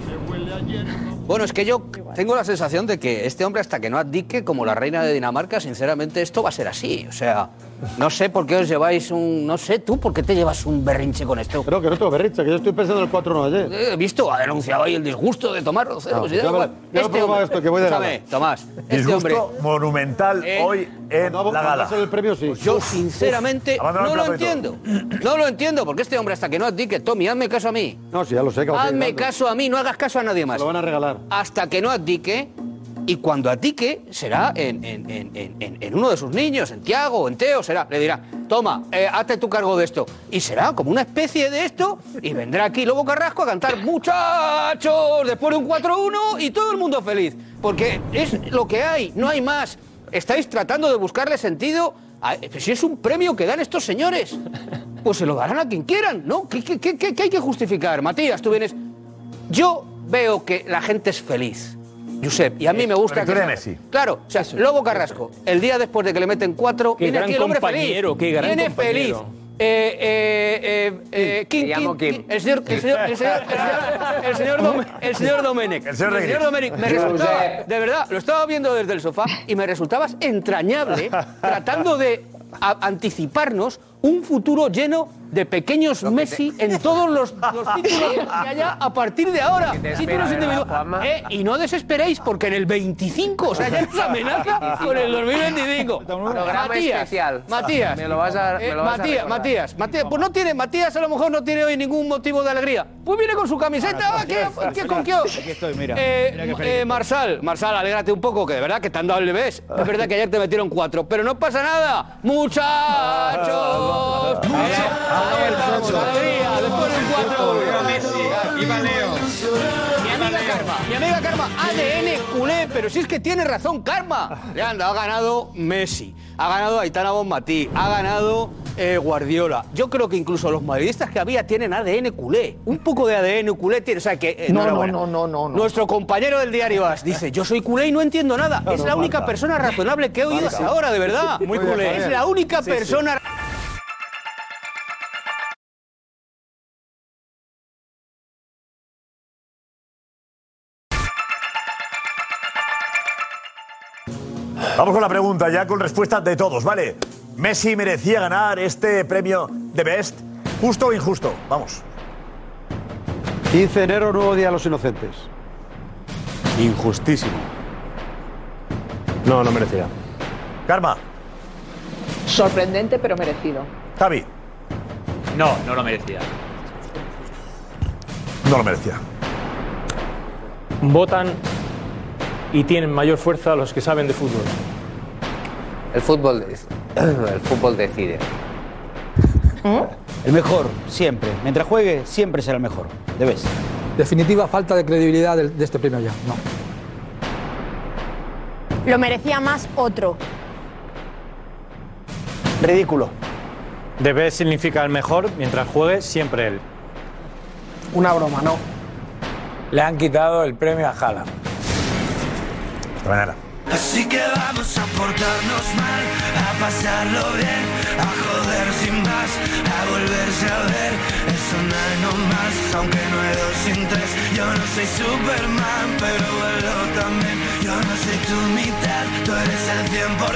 I: Bueno, es que yo tengo la sensación de que este hombre hasta que no abdique como la reina de Dinamarca, sinceramente esto va a ser así. O sea, no sé por qué os lleváis un... No sé tú por qué te llevas un berrinche con este esto.
G: Creo que no tengo berrinche, que yo estoy pensando en el 4-1 de ayer.
I: He visto, ha denunciado ahí el disgusto de Tomás
C: Ah,
I: Rocero.
G: No,
I: si da
G: yo me-
I: igual. Este
G: yo me pongo
I: hombre-
G: esto, que voy de gala.
I: Escúchame, Tomás, este
C: Disgusto
I: hombre... Eh,
C: monumental hoy en la gala.
G: el premio, sí.
I: Yo, sinceramente,
C: Abandonar
I: no
C: el
I: lo
C: plato y todo.
I: entiendo. No lo entiendo, porque este hombre hasta que no abdique, Tommy, hazme caso a mí.
G: No, sí, ya lo sé. que va a ser
I: Hazme
G: grande.
I: caso a mí, no hagas caso a nadie más.
G: Lo van a regalar.
I: Hasta que no abdique, y cuando abdique, será en, en- en- en- en- en uno de sus niños, en Tiago, en Teo, será. Le dirá, toma, eh, hazte tu cargo de esto. Y será como una especie de esto, y vendrá aquí Lobo Carrasco a cantar, muchachos, después de un 4-1, y todo el mundo feliz. Porque es lo que hay, no hay más. Estáis tratando de buscarle sentido. a- eh, si es un premio que dan estos señores, pues se lo darán a quien quieran, ¿no? ¿Qué, qué- qué- qué- qué hay que justificar? Matías, tú vienes. Yo veo que la gente es feliz. Josep, y a mí me gusta
C: la victoria
I: que.
C: de Messi.
I: Claro, o sea, Lobo Carrasco, el día después de que le meten cuatro,
H: Qué
I: viene
H: gran
I: aquí el hombre
H: compañero,
I: feliz.
H: qué gran
I: viene
H: compañero.
I: feliz. Eh, eh, eh, eh, Kim,
H: llamo
I: Kim,
H: Kim.
I: El señor, el señor, el señor, el señor, el
N: [laughs]
I: señor, Dom- el señor Domenech.
C: El señor Domenech.
I: Domenech. Me
C: Josep.
I: resultaba, de verdad, lo estaba viendo desde el sofá y me resultabas
C: [laughs]
I: entrañable tratando de a- anticiparnos un futuro lleno de pequeños Messi en todos los,
J: [laughs]
I: los títulos que haya a partir de ahora.
J: Que te espera,
I: Títulos
J: ¿verdad,
I: individuales.
J: Juanma?
I: Eh, y no desesperéis porque en el 25, o sea, ya nos amenaza con el
C: [laughs]
I: 2025.
J: Programa especial.
I: Matías. Eh,
J: Me lo vas a- me lo vas a
I: Matías,
J: recordar.
I: Matías, Matías. Pues no tiene, Matías a lo mejor no tiene hoy ningún motivo de alegría. Pues viene con su camiseta, ah, ¿qué, qué- con qué?
N: Aquí estoy, mira.
I: Eh,
N: Mira qué
I: eh,
N: feliz.
I: Marsal, Marsal, alégrate un poco, que de verdad que te han dado el bebés. Es verdad que ayer te metieron cuatro, pero no pasa nada. Muchachos. Eh, ahí estamos, alegría, después de un cuatro.
T: Viva Leo.
I: Mi amiga Karma, mi amiga Karma, ADN culé, pero si es que tiene razón Karma. Le han dado, ha ganado Messi, ha ganado Aitana Bonmatí, ha ganado eh, Guardiola. Yo creo que incluso los madridistas que había tienen ADN culé. Un poco de ADN culé tiene, o sea que... eh,
E: No, no,
I: enhorabuena.
E: no, no, no, no.
I: Nuestro compañero del diario AS dice, yo soy culé y no entiendo nada. es la única persona razonable que he oído hasta ahora, de verdad.
N: Muy culé.
I: Es la única
N: Sí, sí.
I: persona...
C: Vamos con la pregunta, ya con respuesta de todos, ¿vale? ¿Messi merecía ganar este premio de Best? ¿Justo o injusto? Vamos.
G: 15 de enero, nuevo día de los inocentes.
M: Injustísimo.
L: No, no merecía.
C: Karma.
R: Sorprendente pero merecido.
C: Javi.
U: No, no lo merecía.
C: No lo merecía.
H: Votan y tienen mayor fuerza los que saben de fútbol.
J: El fútbol, [clears throat] el fútbol decide.
I: El
S: mejor,
I: siempre.
S: Mientras juegue, siempre será el mejor.
I: Debes.
K: Definitiva falta de credibilidad del- de, este premio ya. No.
D: Lo merecía más otro.
V: Ridículo. Debe significa el mejor mientras juegue siempre él.
C: pues-
S: Una broma, no. Le han quitado el premio a Jala.
C: Hasta mañana.
N: Así que vamos a portarnos mal, a pasarlo bien, a joder sin más, a volverse a ver. Es un año más, aunque no hay dos sin tres. Yo no soy Superman, pero vuelo también. Yo no soy tu mitad, tú eres el 100%.